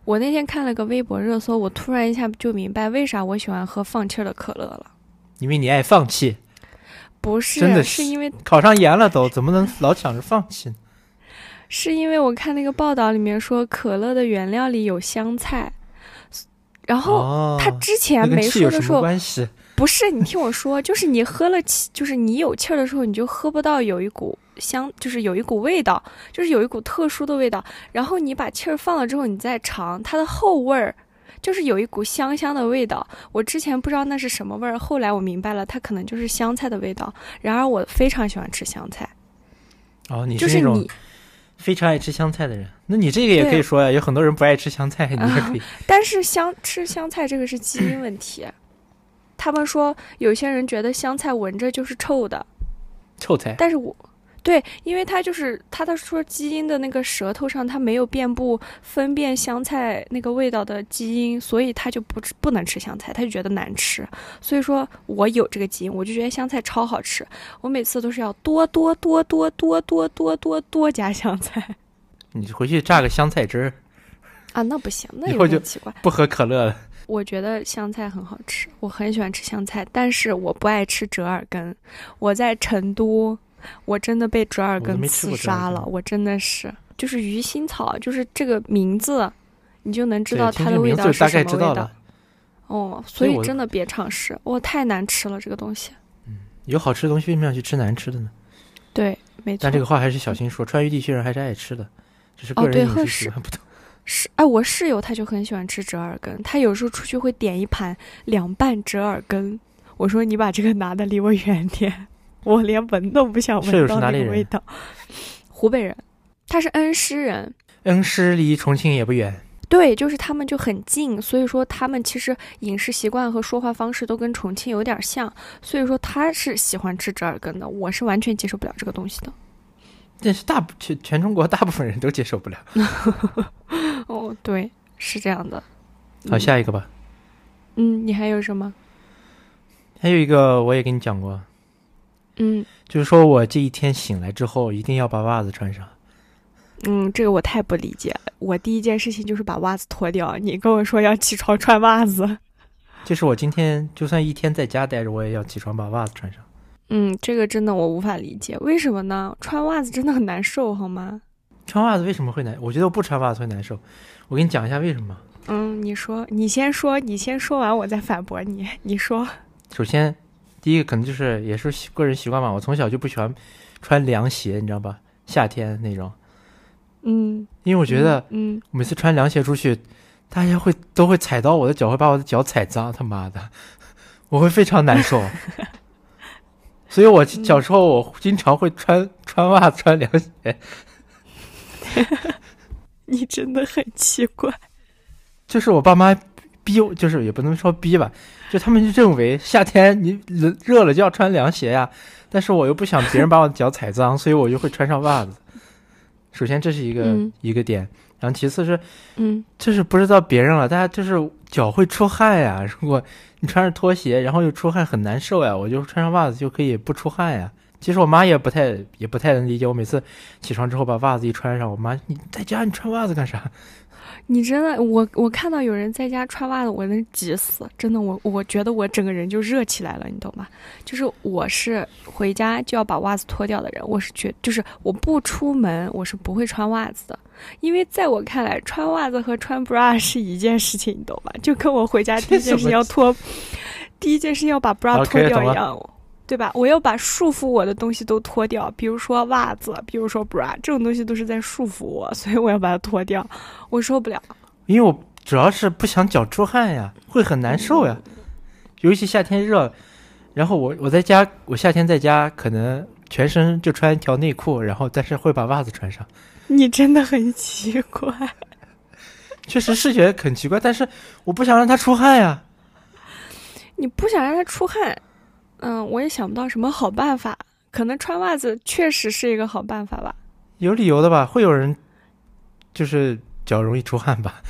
Speaker 1: 我那天看了个微博热搜，我突然一下就明白为啥我喜欢喝放气儿的可乐了。
Speaker 2: 因为你爱放弃，
Speaker 1: 不
Speaker 2: 真
Speaker 1: 是，
Speaker 2: 的
Speaker 1: 是
Speaker 2: 是
Speaker 1: 因为
Speaker 2: 考上研了都怎么能老想着放弃呢？
Speaker 1: 是因为我看那个报道里面说可乐的原料里有香菜，然后
Speaker 2: 哦，
Speaker 1: 他之
Speaker 2: 那
Speaker 1: 前
Speaker 2: 跟
Speaker 1: 没
Speaker 2: 气
Speaker 1: 说
Speaker 2: 有
Speaker 1: 的
Speaker 2: 什
Speaker 1: 时
Speaker 2: 么
Speaker 1: 候，
Speaker 2: 关系？
Speaker 1: 不是你听我说，就是你喝了气，就是你有气儿的时候，你就喝不到有一股香，就是有一股味道，就是有一股特殊的味道。然后你把气儿放了之后，你再尝它的后味儿。就是有一股香香的味道，我之前不知道那是什么味儿，后来我明白了，它可能就是香菜的味道。然而我非常喜欢吃香菜，
Speaker 2: 哦，你
Speaker 1: 就是是
Speaker 2: 那种
Speaker 1: 你，
Speaker 2: 非常爱吃香菜的人，那你这个也
Speaker 1: 对啊
Speaker 2: 可以说呀，有很多人不爱吃香菜，你也可以。
Speaker 1: 但是香吃香菜这个是基因问题。他们说有些人觉得香菜闻着就是臭的，
Speaker 2: 臭菜，
Speaker 1: 但是我对，因为它就是它的说基因的那个舌头上它没有遍布分辨香菜那个味道的基因，所以它就不吃不能吃香菜，它就觉得难吃。所以说我有这个基因，我就觉得香菜超好吃，我每次都是要多多多多多多多多多加香菜
Speaker 2: 你回去榨个香菜汁儿，
Speaker 1: 啊，那不行，那
Speaker 2: 以
Speaker 1: 有
Speaker 2: 后
Speaker 1: 点
Speaker 2: 就
Speaker 1: 奇怪。
Speaker 2: 不喝可乐了。
Speaker 1: 我觉得香菜很好吃，我很喜欢吃香菜，但是我不爱吃折耳根。我在成都，我真的被折耳
Speaker 2: 我都
Speaker 1: 根
Speaker 2: 没吃
Speaker 1: 刺
Speaker 2: 过折耳
Speaker 1: 杀
Speaker 2: 根
Speaker 1: 了，我真的是，就是鱼腥草，就是这个名字，你就能知道
Speaker 2: 对听
Speaker 1: 它
Speaker 2: 这
Speaker 1: 的味
Speaker 2: 名字
Speaker 1: 道
Speaker 2: 我
Speaker 1: 是
Speaker 2: 大
Speaker 1: 什
Speaker 2: 概
Speaker 1: 么
Speaker 2: 知道
Speaker 1: 味道
Speaker 2: 了。。
Speaker 1: 哦，所
Speaker 2: 所以
Speaker 1: 以
Speaker 2: 我
Speaker 1: 真的别尝试，哇，太难吃了这个东西。
Speaker 2: 有好吃的东西，为什么要去吃难吃的呢？
Speaker 1: 对，没错
Speaker 2: 但这，个话还是小心说，川渝地区人还是爱吃的，只是个
Speaker 1: 哦对
Speaker 2: 人饮
Speaker 1: 呵
Speaker 2: 食习
Speaker 1: 是
Speaker 2: 惯不同。
Speaker 1: 是哎，我室友他就很喜欢吃折耳根，他有时候出去会点一盘凉拌折耳根。我说你把这个拿的离我远点，我连闻都不想
Speaker 2: 室友
Speaker 1: 闻
Speaker 2: 是
Speaker 1: 到
Speaker 2: 哪
Speaker 1: 那
Speaker 2: 里
Speaker 1: 个
Speaker 2: 人
Speaker 1: 味道。湖北人，他是恩施人，
Speaker 2: 恩施离重庆也不远，
Speaker 1: 对，就是他们就很近，所以说他们其实饮食习惯和说话方式都跟重庆有点像，所以说他是喜欢吃折耳根的，我是完全接受不了这个东西的。
Speaker 2: 但是大部全全中国大部分人都接受不了。
Speaker 1: 哦，对，是这样的。
Speaker 2: 好，
Speaker 1: 嗯
Speaker 2: 下一个吧。
Speaker 1: 嗯，你还有什么？
Speaker 2: 还有一个我也跟你讲过，
Speaker 1: 嗯
Speaker 2: 就是说我这一天醒来之后一定要把袜子穿上。
Speaker 1: 嗯，这个我太不理解了。我第一件事情就是把袜子脱掉，你跟我说要起床穿袜子。
Speaker 2: 就是我今天就算一天在家待着，我也要起床把袜子穿上。
Speaker 1: 嗯，这个真的我无法理解，为什么呢？穿袜子真的很难受，好吗？
Speaker 2: 穿袜子为什么会难？我觉得我不穿袜子会难受。我给你讲一下为什么。
Speaker 1: 嗯，你说，你先说，你先说完，我再反驳你。你说，
Speaker 2: 首先，第一个可能就是也是习个人习惯吧。我从小就不喜欢穿凉鞋，你知道吧？夏天那种，
Speaker 1: 嗯，
Speaker 2: 因为我
Speaker 1: 我
Speaker 2: 觉得，
Speaker 1: 嗯，
Speaker 2: 每次穿凉鞋出去，大家会都会踩到我的脚，会把我的脚踩脏。他妈的， 我会非常难受。所以我小时候我经常会穿穿袜子、穿凉鞋。
Speaker 1: 你真的很奇怪。
Speaker 2: 就是我爸妈逼我，就是也不能说逼吧，就他们就认为夏天你冷热了就要穿凉鞋呀、但是我又不想别人把我的脚踩脏，所以我就会穿上袜子。首先这是一个、
Speaker 1: 嗯
Speaker 2: 一个点，然后其次是
Speaker 1: 嗯，
Speaker 2: 就是不知道别人了，大家就是脚会出汗呀、如果你穿着拖鞋，然后又出汗，很难受呀、我就穿上袜子就可以不出汗呀、其实我妈也不太也不太能理解，我每次起床之后把袜子一穿上，我妈你在家你穿袜子干啥？
Speaker 1: 你真的，我我看到有人在家穿袜子，我能急死，真的，我我觉得我整个人就热起来了，你懂吗？就是我是回家就要把袜子脱掉的人，我是绝，就是我不出门，我是不会穿袜子的，因为在我看来，穿袜子和穿 bra 是一件事情，你懂吧？就跟我回家第一件事情要脱，第一件事情要把 bra 脱掉一样。
Speaker 2: Okay,
Speaker 1: 对吧？我要把束缚我的东西都脱掉，比如说袜子，比如说 bra，这种东西都是在束缚我，所以我要把它脱掉，我受不了。
Speaker 2: 因为我主要是不想脚出汗呀，会很难受呀，尤其夏天热。然后我我在家，我夏天在家可能全身就穿一条内裤，然后但是会把袜子穿上。
Speaker 1: 你真的很奇怪，
Speaker 2: 确实是觉得很奇怪，但是我不想让它出汗呀。
Speaker 1: 你不想让它出汗？嗯，我也想不到什么好办法，可能穿袜子确实是一个好办法吧。
Speaker 2: 有理由的吧？会有人就是脚容易出汗吧？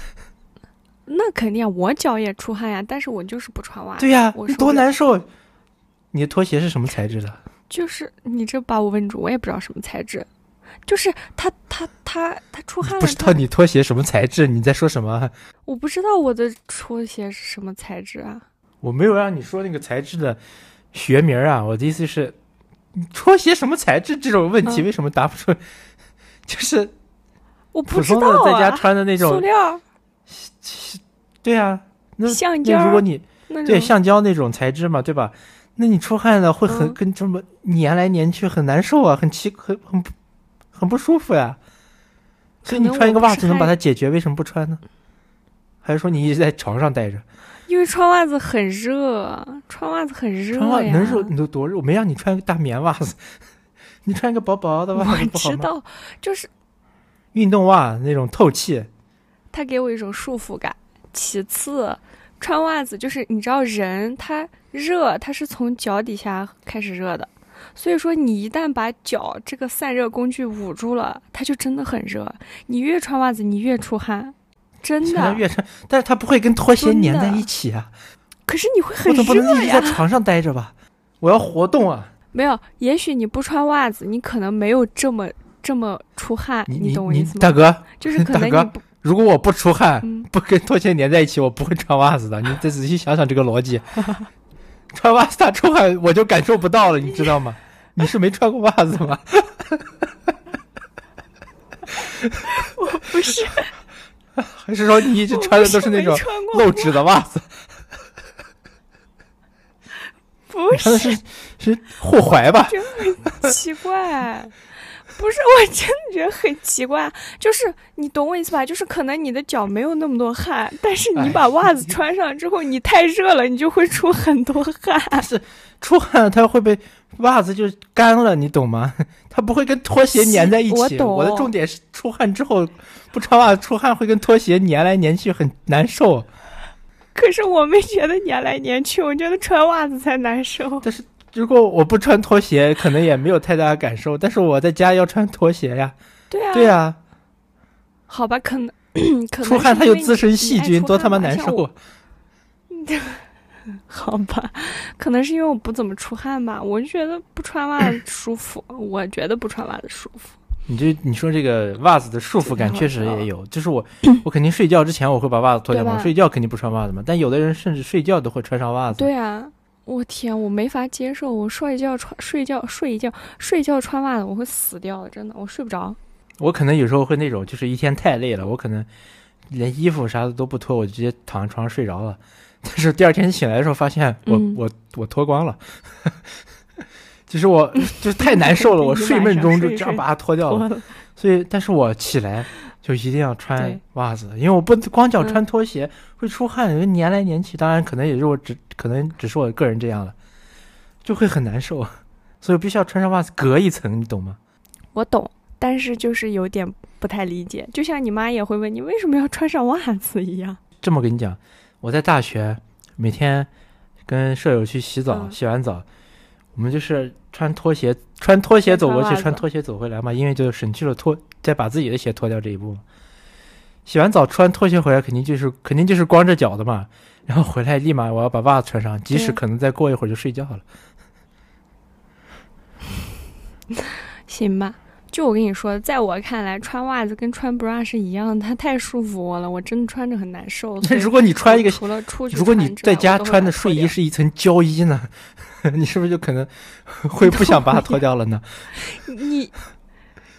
Speaker 1: 那肯定啊，我脚也出汗呀，但是我就是不穿袜子。
Speaker 2: 对呀、啊，
Speaker 1: 我
Speaker 2: 多难受！你的拖鞋是什么材质的？
Speaker 1: 就是你这把我问住，我也不知道什么材质。就是它，它，它，它出汗了。
Speaker 2: 不知道你拖鞋什么材质？你在说什么？啊
Speaker 1: 我不知道我的拖鞋是什么材质啊！
Speaker 2: 我没有让你说那个材质的。学名啊，我的意思是，拖鞋什么材质这种问题为什么答不出？嗯、就是
Speaker 1: 我
Speaker 2: 普通的在家穿的那种
Speaker 1: 啊塑料，
Speaker 2: 对啊，那
Speaker 1: 橡胶。
Speaker 2: 如果你对橡胶那种材质嘛，
Speaker 1: 嗯、
Speaker 2: 对吧？那你出汗了会很跟这么粘来粘去，很难受啊，很奇很很很不舒服呀、啊。所以你穿一个袜子能把它解决，为什么不穿呢？还是说你一直在床上待着？
Speaker 1: 因为穿袜子很热，穿袜子很热
Speaker 2: 穿袜
Speaker 1: 呀。
Speaker 2: 能热你都多热？我没让你穿个大棉袜子， 你穿个薄薄的袜子
Speaker 1: 我知道，就是
Speaker 2: 运动袜那种透气，
Speaker 1: 它给我一种束缚感。其次，穿袜子就是你知道人他热，他是从脚底下开始热的，所以说你一旦把脚这个散热工具捂住了，它就真的很热。你越穿袜子，你越出汗。真的
Speaker 2: 越穿，但是它不会跟拖鞋粘在一起啊。
Speaker 1: 可是你会很
Speaker 2: 热呀。我总不能
Speaker 1: 一
Speaker 2: 直在床上待着吧？我要活动啊。
Speaker 1: 没有，也许你不穿袜子，你可能没有这么这么出汗。
Speaker 2: 你
Speaker 1: 你懂我意思吗？
Speaker 2: 大哥，
Speaker 1: 就是可能
Speaker 2: 大哥，如果我不出汗，
Speaker 1: 嗯、
Speaker 2: 不跟拖鞋粘在一起，我不会穿袜子的。你再仔细想想这个 逻辑。穿袜子它出汗，我就感受不到了，你知道吗？你是没穿过袜子吗？
Speaker 1: 我不是。
Speaker 2: 还是说你一直 穿的都是那种露趾的袜子？
Speaker 1: 不 是，
Speaker 2: 是是护踝吧？
Speaker 1: 就很奇怪，不是，我真的觉得很奇怪。就是你懂我意思吧？就是可能你的脚没有那么多汗，但是你把袜子穿上之后，你太热了，你就会出很多汗。
Speaker 2: 但是 出汗它会被袜子就干了，你懂吗？ 它不会跟拖鞋粘在一起。
Speaker 1: 我懂。
Speaker 2: 我的重点是出汗之后不穿袜子出汗会跟拖鞋粘来粘去，很难受。
Speaker 1: 可是我没觉得粘来粘去，我觉得穿袜子才难受。
Speaker 2: 但是如果我不穿拖鞋，可能也没有太大的感受。但是我在家要穿拖鞋呀。
Speaker 1: 对啊。
Speaker 2: 对啊。
Speaker 1: 好吧，可能嗯可能
Speaker 2: 出汗它又滋生细菌，多他妈难受。
Speaker 1: 好吧，可能是因为我不怎么出汗吧，我就觉得不穿袜子舒服。我觉得不穿袜子舒服。
Speaker 2: 你就你说这个袜子的束缚感确实也有，就是我我肯定睡觉之前我会把袜子脱掉嘛，睡觉肯定不穿袜子嘛。但有的人甚至睡觉都会穿上袜子。
Speaker 1: 对啊，我天，我没法接受，我睡觉穿睡觉睡一觉睡觉穿袜子，我会死掉的，真的，我睡不着。
Speaker 2: 我可能有时候会那种，就是一天太累了，我可能连衣服啥的都不脱，我就直接躺在床上睡着了。 但是第二天醒来的时候，发现我、
Speaker 1: 嗯、
Speaker 2: 我我脱光了， 其实我就太难受 了，我睡梦中就这样把它脱掉了。
Speaker 1: 了
Speaker 2: 所以，但是我起来就一定要穿袜子，因为我不光脚穿拖鞋、
Speaker 1: 嗯、
Speaker 2: 会出汗，粘来粘去。当然，可能也是我只可能只是我个人这样了，就会很难受。所以必须要穿上袜子隔一层，你懂吗？
Speaker 1: 我懂。但是就是有点不太理解，就像你妈也会问你为什么要穿上袜子一样。
Speaker 2: 这么跟你讲，我在大学每天跟舍友去洗澡，
Speaker 1: 嗯、
Speaker 2: 洗完澡我们就是穿拖鞋，穿拖鞋走过去，穿拖鞋走回来嘛，因为就省去了脱再把自己的鞋脱掉这一步嘛。洗完澡穿拖鞋回来，肯定就是肯定就是光着脚的嘛，然后回来立马我要把袜子穿上，即使可能再过一会儿就睡觉了。
Speaker 1: 行吧。就我跟你说，在我看来，穿袜子跟穿 bra 是一样的，它太束缚我了，我真的穿着很难 受。所以
Speaker 2: 如果你穿一个
Speaker 1: 我除了出去，
Speaker 2: 如果你在家穿的睡衣，是一层胶衣呢， 你是不是就可能会不想把它脱掉了呢？
Speaker 1: 你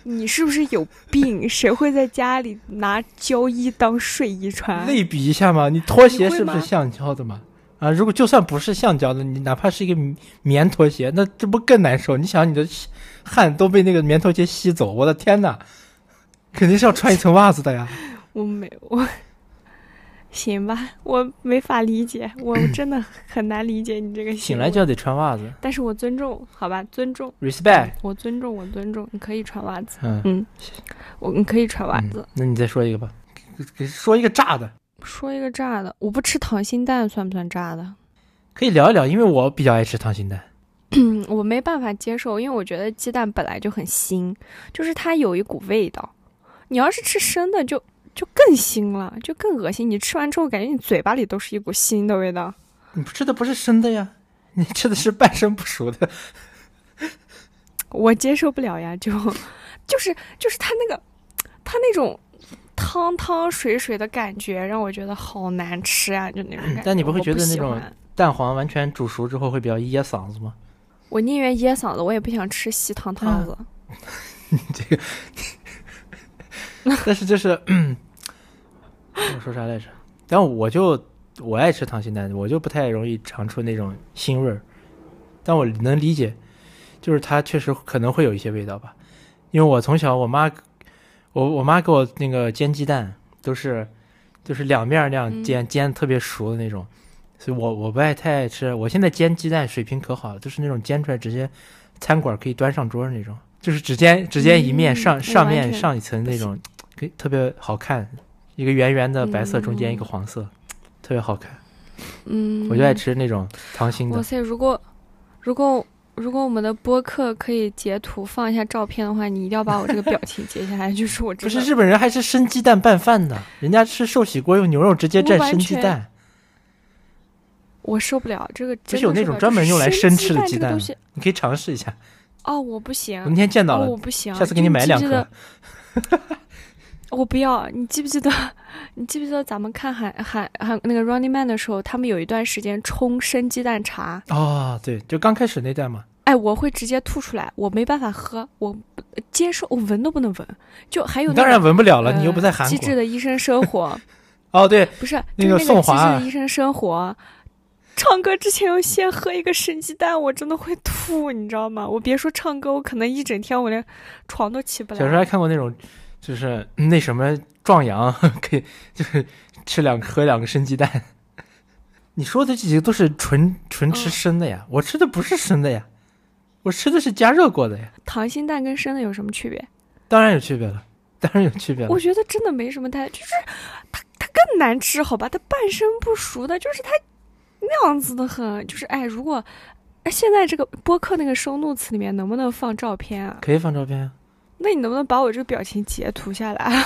Speaker 1: 你是不是有病？谁会在家里拿胶衣当睡衣穿？
Speaker 2: 类比一下嘛，你拖鞋是不
Speaker 1: 啊你会吗
Speaker 2: 是橡胶的嘛？啊，如果就算不是橡胶的，你哪怕是一个棉棉拖鞋，那这不更难受？你想你的吸汗都被那个棉拖鞋吸走，我的天哪，肯定是要穿一层袜子的呀。
Speaker 1: 我没 我，行吧，我没法理解，我真的很难理解你这个
Speaker 2: 醒
Speaker 1: 行为
Speaker 2: 来就要得穿袜子
Speaker 1: 但是我尊重，好吧，尊重，
Speaker 2: ，respect。
Speaker 1: 我尊重，我尊重，你可以穿袜子，
Speaker 2: 嗯，
Speaker 1: 我你可以穿袜子。
Speaker 2: 嗯那你再说一个吧，给给说一个炸的，
Speaker 1: 说一个炸的，我不吃溏心蛋算不算炸的？
Speaker 2: 可以聊一聊，因为我比较爱吃溏心蛋。
Speaker 1: 嗯，我没办法接受，因为我觉得鸡蛋本来就很腥，就是它有一股味道。你要是吃生的就，就更腥了，就更恶心。你吃完之后，感觉你嘴巴里都是一股腥的味道。
Speaker 2: 你吃的不是生的呀，你吃的是半生不熟的。
Speaker 1: 我接受不了呀， 就就是就是它那个它那种汤汤水水的感觉，让我觉得好难吃啊，就那种感觉。
Speaker 2: 但你不会
Speaker 1: 我
Speaker 2: 觉得那
Speaker 1: 喜
Speaker 2: 种
Speaker 1: 欢
Speaker 2: 蛋黄完全煮熟之后会比较噎嗓子吗？
Speaker 1: 我宁愿噎嗓子，我也不想吃稀汤
Speaker 2: 啊
Speaker 1: 汤子。
Speaker 2: 但是就是，嗯我说啥来着？然后我就我爱吃溏心蛋，我就不太容易尝出那种腥味儿，但我能理解，就是它确实可能会有一些味道吧，因为我从小我妈，我我妈给我那个煎鸡蛋都是，就是两面儿那
Speaker 1: 嗯
Speaker 2: 样煎，煎的特别熟的那种，所以我我不爱太爱吃。我现在煎鸡蛋水平可好了，就是那种煎出来直接餐馆可以端上桌儿那种，就是只煎只煎一面
Speaker 1: 嗯
Speaker 2: 上、
Speaker 1: 我
Speaker 2: 上
Speaker 1: 完
Speaker 2: 面
Speaker 1: 全
Speaker 2: 上一层那种，给特别好看，一个圆圆的白色，中间一个黄色，特别好看。
Speaker 1: 嗯，
Speaker 2: 我就爱吃那种溏心
Speaker 1: 哇
Speaker 2: 的，
Speaker 1: 塞，如果如果如果我们的播客可以截图放一下照片的话，你一定要把我这个表情截下来， 就是我
Speaker 2: 不
Speaker 1: 真
Speaker 2: 是
Speaker 1: 的
Speaker 2: 日本人还吃生鸡蛋拌饭呢，人家吃寿喜锅用牛肉直接蘸生鸡
Speaker 1: 我完
Speaker 2: 蛋，
Speaker 1: 我受不了这个真的受不了。
Speaker 2: 是有那种专门用来
Speaker 1: 就是
Speaker 2: 生吃的鸡
Speaker 1: 这个
Speaker 2: 蛋
Speaker 1: 东
Speaker 2: 吗
Speaker 1: 西
Speaker 2: 你可以尝试一下。
Speaker 1: 哦，我不行
Speaker 2: 我，那天见到
Speaker 1: 哦，
Speaker 2: 了，
Speaker 1: 我不行，
Speaker 2: 下次给你
Speaker 1: 就
Speaker 2: 买
Speaker 1: 记不
Speaker 2: 两
Speaker 1: 记
Speaker 2: 颗
Speaker 1: 得。我不要，你记不记得？ 你记不记得咱们看韩韩韩那个 Running Man 的时候，他们有一段时间冲生鸡蛋茶，
Speaker 2: 哦，对，就刚开始那代嘛，
Speaker 1: 哎，我会直接吐出来，我没办法喝，我不接受，我闻都不能闻。就还有
Speaker 2: 你
Speaker 1: 那
Speaker 2: 当然
Speaker 1: 个
Speaker 2: 闻不了了，
Speaker 1: 呃
Speaker 2: 你又不在韩
Speaker 1: 机智
Speaker 2: 国。
Speaker 1: 的医生生活
Speaker 2: 哦，对，
Speaker 1: 不是
Speaker 2: 那
Speaker 1: 就
Speaker 2: 个
Speaker 1: 是
Speaker 2: 宋
Speaker 1: 机智
Speaker 2: 华啊
Speaker 1: 的医生生活。唱歌之前要先喝一个生鸡蛋，我真的会吐，你知道吗？我别说唱歌，我可能一整天我连床都起不来。
Speaker 2: 小时候还看过那种，就是嗯那什么壮阳， 可以就是吃两喝两个生鸡蛋。你说的这几个都是纯纯吃
Speaker 1: 嗯
Speaker 2: 生的呀，我吃的不是生的呀，我吃的是加热过的呀，
Speaker 1: 溏心蛋跟生的有什么区别？
Speaker 2: 当然有区别了，当然有区别了
Speaker 1: 我。觉得真的没什么太，就是它它更难吃，好吧？它半生不熟的，就是它那样子的很，就是哎，如果哎现在这个播客那个收录词里面能不能放照片啊？
Speaker 2: 可以放照片啊，
Speaker 1: 那你能不能把我这个表情截图下来啊？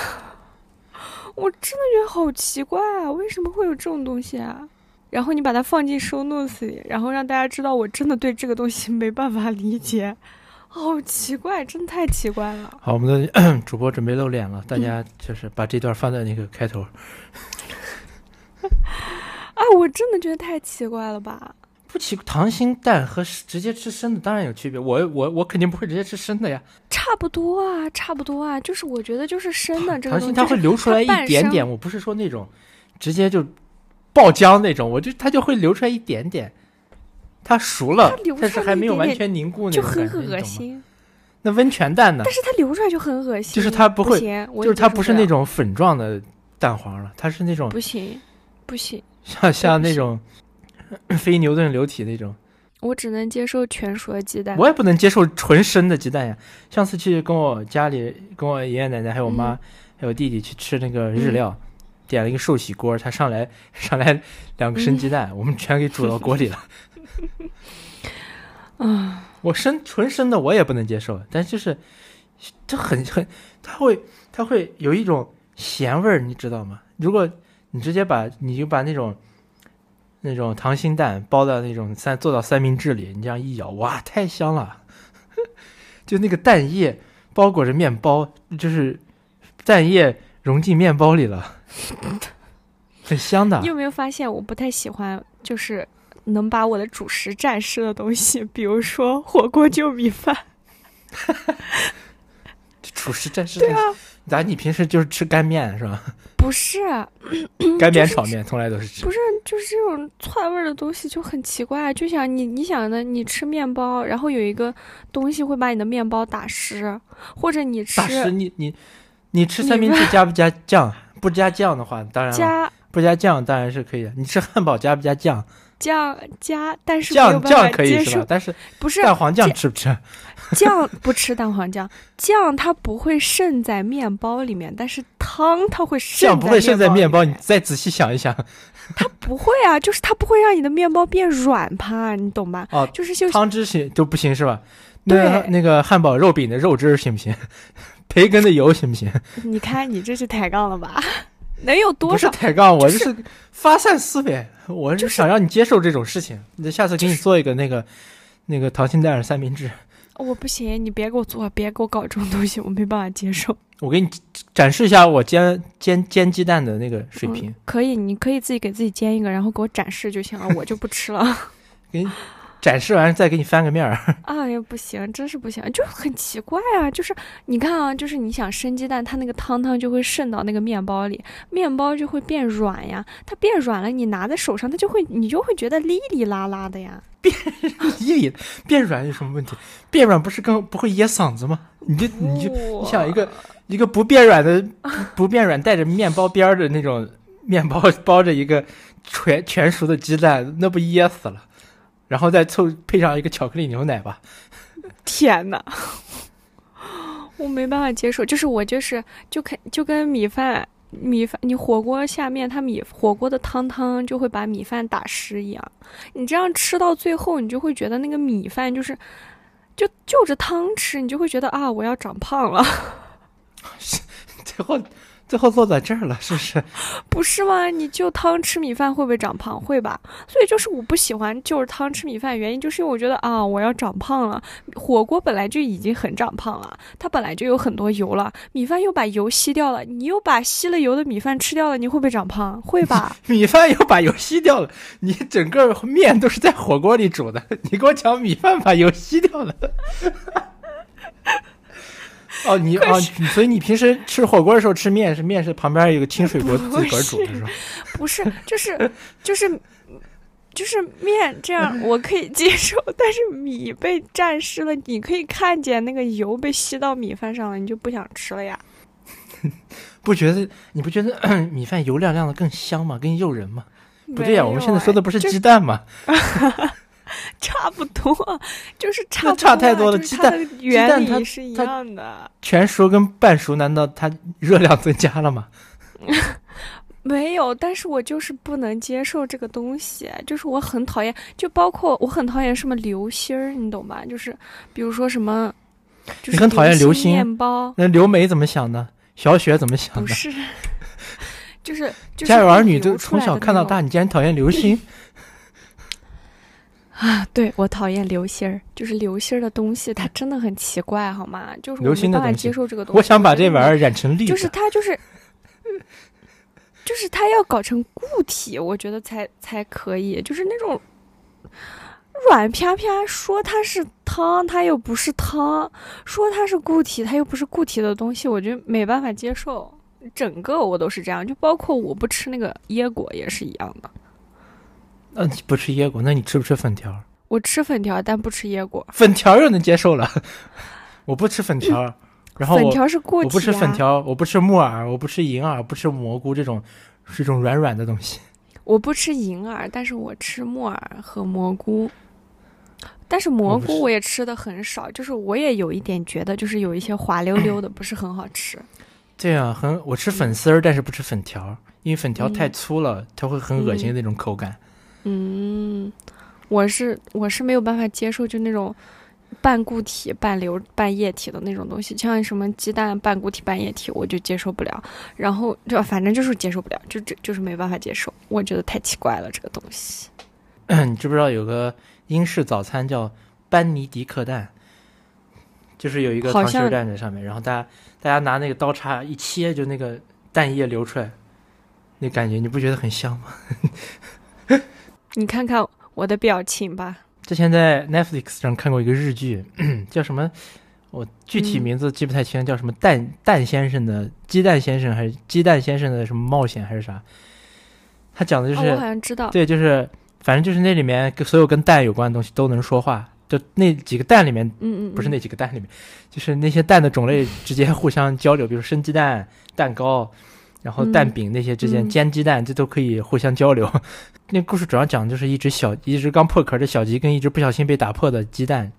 Speaker 1: 我真的觉得好奇怪啊，为什么会有这种东西啊？然后你把它放进收 notes 里，然后让大家知道我真的对这个东西没办法理解，好奇怪，真的太奇怪了。
Speaker 2: 好，我们的 主播准备露脸了，大家就是把这段放在那个开头。
Speaker 1: 啊，我真的觉得太奇怪了吧？
Speaker 2: 不奇，溏心蛋和直接吃生的当然有区别，我我我肯定不会直接吃生的呀，
Speaker 1: 差不多啊，差不多啊，就是我觉得就是生的这个东
Speaker 2: 溏心
Speaker 1: 西，
Speaker 2: 它会
Speaker 1: 就是
Speaker 2: 流出
Speaker 1: 它
Speaker 2: 来一
Speaker 1: 半
Speaker 2: 点
Speaker 1: 生
Speaker 2: 点，我不是说那种直接就爆浆那种，我就它就会流出来一点点，它熟了
Speaker 1: 它流，出来
Speaker 2: 但是还没有
Speaker 1: 一点
Speaker 2: 完
Speaker 1: 点
Speaker 2: 全凝固那
Speaker 1: 就
Speaker 2: 种
Speaker 1: 很
Speaker 2: 感觉
Speaker 1: 恶。
Speaker 2: 你懂吗
Speaker 1: 心，
Speaker 2: 那温泉蛋呢
Speaker 1: 但？是它流出来就很恶心，
Speaker 2: 就是它不会
Speaker 1: 行，我
Speaker 2: 就
Speaker 1: 也
Speaker 2: 是它
Speaker 1: 接
Speaker 2: 不
Speaker 1: 受
Speaker 2: 是那
Speaker 1: 了
Speaker 2: 种粉状的蛋黄了，它是那种
Speaker 1: 啊不行，不行，
Speaker 2: 像像
Speaker 1: 不
Speaker 2: 那
Speaker 1: 行
Speaker 2: 种 非牛顿流体那种。
Speaker 1: 我只能接受全熟的鸡蛋。
Speaker 2: 我也不能接受纯生的鸡蛋呀。上次去跟我家里、跟我爷爷奶奶还有我妈、
Speaker 1: 嗯
Speaker 2: 还有弟弟去吃那个日料，点了一个寿喜锅，他上来 上来两个生 鸡蛋，我们全给煮到锅里了。
Speaker 1: 啊，
Speaker 2: 我生纯生的我也不能接受，但就是它很很，它会它会有一种咸味儿，你知道吗？如果你直接把你就把那种那种溏心蛋包到那种三做到三明治里，你这样一咬，哇，太香了！ 就那个蛋液包裹着面包，就是蛋液融进面包里 了，很香的
Speaker 1: 你。有没有发现我不太喜欢就是能把我的主食沾湿的东西， 比如说火锅就米饭。
Speaker 2: 厨师真是对啊，咱你平时就是吃干面是吧？
Speaker 1: 不是，
Speaker 2: 干面炒面从来都嗯是吃
Speaker 1: 不。是，就是这种串味儿的东西就很奇怪。啊就想你，你想呢？你吃面包，然后有一个东西会把你的面包打湿，或者你吃
Speaker 2: 大师，你你你吃三明治加不加酱？不加酱的话，当然了，
Speaker 1: 加
Speaker 2: 不加酱当然是可以的。你吃汉堡加不加酱？
Speaker 1: 酱加，但是没有
Speaker 2: 酱
Speaker 1: 办
Speaker 2: 酱
Speaker 1: 法
Speaker 2: 可
Speaker 1: 接
Speaker 2: 以是
Speaker 1: 受
Speaker 2: 吧？，但是
Speaker 1: 不是
Speaker 2: 蛋黄酱吃 不吃？
Speaker 1: 酱不吃蛋黄酱，酱它不会渗在面包里面，但是汤它会渗
Speaker 2: 酱不会渗在面包，
Speaker 1: 里
Speaker 2: 你
Speaker 1: 面
Speaker 2: 再仔细想一想。
Speaker 1: 不会啊，就是它不会让你的面包变软趴，你懂吧？
Speaker 2: 哦
Speaker 1: 就是就
Speaker 2: 汤汁行都不行是吧？那
Speaker 1: 对
Speaker 2: 那个汉堡肉饼的肉汁行不行？培根的油行不行？
Speaker 1: 你看你这是抬杠了吧？ 能有
Speaker 2: 不
Speaker 1: 多
Speaker 2: 是
Speaker 1: 少？
Speaker 2: 抬杠，我
Speaker 1: 就
Speaker 2: 这是发散思维，我是想让你接受这种事情。那下次给你做一个那个那个溏心蛋儿三明治，
Speaker 1: 我不行，你别给我做，别给我搞这种东西，我没办法接受。
Speaker 2: 我给你展示一下我煎煎煎鸡蛋的那个水平
Speaker 1: 嗯，可以，你可以自己给自己煎一个，然后给我展示就行了，我就不吃了。
Speaker 2: 给你展示完再给你翻个面儿。
Speaker 1: 哎呀，不行，真是不行，就很奇怪啊！就是你看啊，就是你想生鸡蛋，它那个汤汤就会渗到那个面包里，面包就会变软呀。它变软了，你拿在手上，它就会你就会觉得哩哩啦啦的呀。
Speaker 2: 一里变软有什么问题？变软不是更不会噎嗓子吗？你就你就
Speaker 1: 不
Speaker 2: 你想一个一个不变软的不变软带着面包边儿的那种面包包着一个全全熟的鸡蛋，那不噎死了？然后再凑配上一个巧克力牛奶吧。
Speaker 1: 天呐， 我没办法接受，就是我就是就看就跟米饭。米饭，你火锅下面它米火锅的汤汤就会把米饭打湿一样，你这样吃到最后，你就会觉得那个米饭就是，就就着汤吃，你就会觉得啊，我要长胖了，
Speaker 2: 最后最后落在这儿了，是不是？。
Speaker 1: 不是吗？你就汤吃米饭会不会长胖？会吧。所以就是我不喜欢就着汤吃米饭，原因就是因为我觉得啊，我要长胖了。火锅本来就已经很长胖了，它本来就有很多油了，米饭又把油吸掉了，你又把吸了油的米饭吃掉了，你会不会长胖？会吧
Speaker 2: 米饭又把油吸掉了，你整个面都是在火锅里煮的， 你给我讲米饭把油吸掉了。 哦，你哦，你所以你平时吃火锅的时候吃面是面是旁边有个清水锅自己个儿煮的是吧？
Speaker 1: 不是，就是就是。就是面这样
Speaker 2: 嗯
Speaker 1: 我可以接受，但是米被沾湿了，你可以看见那个油被吸到米饭上了，你就不想吃了呀。
Speaker 2: 不觉得你不觉得 咳米饭油亮亮的更香吗？更诱人吗？不对呀、
Speaker 1: 没
Speaker 2: 我们
Speaker 1: 有
Speaker 2: 现在
Speaker 1: 哎
Speaker 2: 说的不是
Speaker 1: 就
Speaker 2: 鸡蛋吗？
Speaker 1: 差不多，就是差
Speaker 2: 那
Speaker 1: 不
Speaker 2: 差太
Speaker 1: 啊
Speaker 2: 多了
Speaker 1: 就是
Speaker 2: 鸡
Speaker 1: 它
Speaker 2: 蛋
Speaker 1: 的原
Speaker 2: 蛋它
Speaker 1: 理是一
Speaker 2: 它
Speaker 1: 样的。
Speaker 2: 全熟跟半熟，难道它热量增加了吗？
Speaker 1: 没有，但是我就是不能接受这个东西，就是我很讨厌，就包括我很讨厌什么流心儿，你懂吧？就是比如说什么，就是
Speaker 2: 你很讨厌流心
Speaker 1: 面包，
Speaker 2: 那刘梅怎么想的？小雪怎么想的
Speaker 1: 不？是， 就是就是
Speaker 2: 家有儿女
Speaker 1: 流
Speaker 2: 都
Speaker 1: 出
Speaker 2: 从
Speaker 1: 来
Speaker 2: 小
Speaker 1: 的
Speaker 2: 看
Speaker 1: 那
Speaker 2: 到大，
Speaker 1: 种
Speaker 2: 你竟然讨 厌流星？
Speaker 1: 啊！对我讨厌流心儿，就是流心儿的东西，它真的很奇怪，好吗？就是我
Speaker 2: 流
Speaker 1: 没
Speaker 2: 心的
Speaker 1: 办法
Speaker 2: 东西
Speaker 1: 接受这个东西。
Speaker 2: 我想把这
Speaker 1: 真的
Speaker 2: 玩意儿染成绿
Speaker 1: 就是
Speaker 2: 的。
Speaker 1: 它就是，嗯就是它要搞成固体，我觉得才才可以，就是那种软啪啪，说它是汤，它又不是汤；说它是固体，它又不是固体的东西，我就没办法接受。整个我都是这样，就包括我不吃那个椰果也是一样的。
Speaker 2: 那啊你不吃椰果，那你吃不吃粉条？
Speaker 1: 我吃粉条，但不吃椰果。
Speaker 2: 粉条又能接受了， 我不吃粉条，然后
Speaker 1: 粉
Speaker 2: 我
Speaker 1: 条是固体、
Speaker 2: 我
Speaker 1: 啊，
Speaker 2: 不吃粉条，我不吃木耳，我不吃银耳，不吃蘑菇这种这种软软的东西。
Speaker 1: 我不吃银耳，但是我吃木耳和蘑菇。但是蘑
Speaker 2: 我不
Speaker 1: 菇
Speaker 2: 吃
Speaker 1: 我也吃的很少，就是我也有一点觉得，就是有一些滑溜溜的不是很好 吃。
Speaker 2: 对啊，很我吃粉丝儿，但是不吃粉条，因为粉条太
Speaker 1: 嗯
Speaker 2: 粗了，它会很恶心的那种口感。
Speaker 1: 嗯，我是我是没有办法接受就那种半固体、半流、半液体的那种东西，像什么鸡蛋半固体、半液体，我就接受不了。然后就反正就是接受不了，就这就是没办法接受，我觉得太奇怪了这个东西。
Speaker 2: 你知不知道有个英式早餐叫班尼迪克蛋？就是有一个
Speaker 1: 好
Speaker 2: 糖心儿
Speaker 1: 像
Speaker 2: 蛋在上面，然后大家大家拿那个刀叉一切，就那个蛋液流出来，那感觉你不觉得很香吗？
Speaker 1: 你看看我的表情吧。
Speaker 2: 之前在 Netflix 上看过一个日剧，叫什么？我具体
Speaker 1: 嗯
Speaker 2: 名字记不太清，叫什么蛋蛋先生的鸡蛋先生还是鸡蛋先生的什么冒险还是啥？他讲的就是、
Speaker 1: 哦，我好像知道。
Speaker 2: 对，就是反正就是那里面跟所有跟蛋有关的东西都能说话，就那几个蛋里面
Speaker 1: 嗯嗯，
Speaker 2: 不是
Speaker 1: 嗯
Speaker 2: 那几个蛋里面，就是那些蛋的种类之间互相交流，比如生鸡蛋、蛋糕，然后蛋
Speaker 1: 嗯
Speaker 2: 饼那些之间，
Speaker 1: 嗯
Speaker 2: 煎鸡蛋这都可以互相交流。 那故事主要讲的就是一只小一只刚破壳的小鸡跟一只不小心被打破的鸡蛋，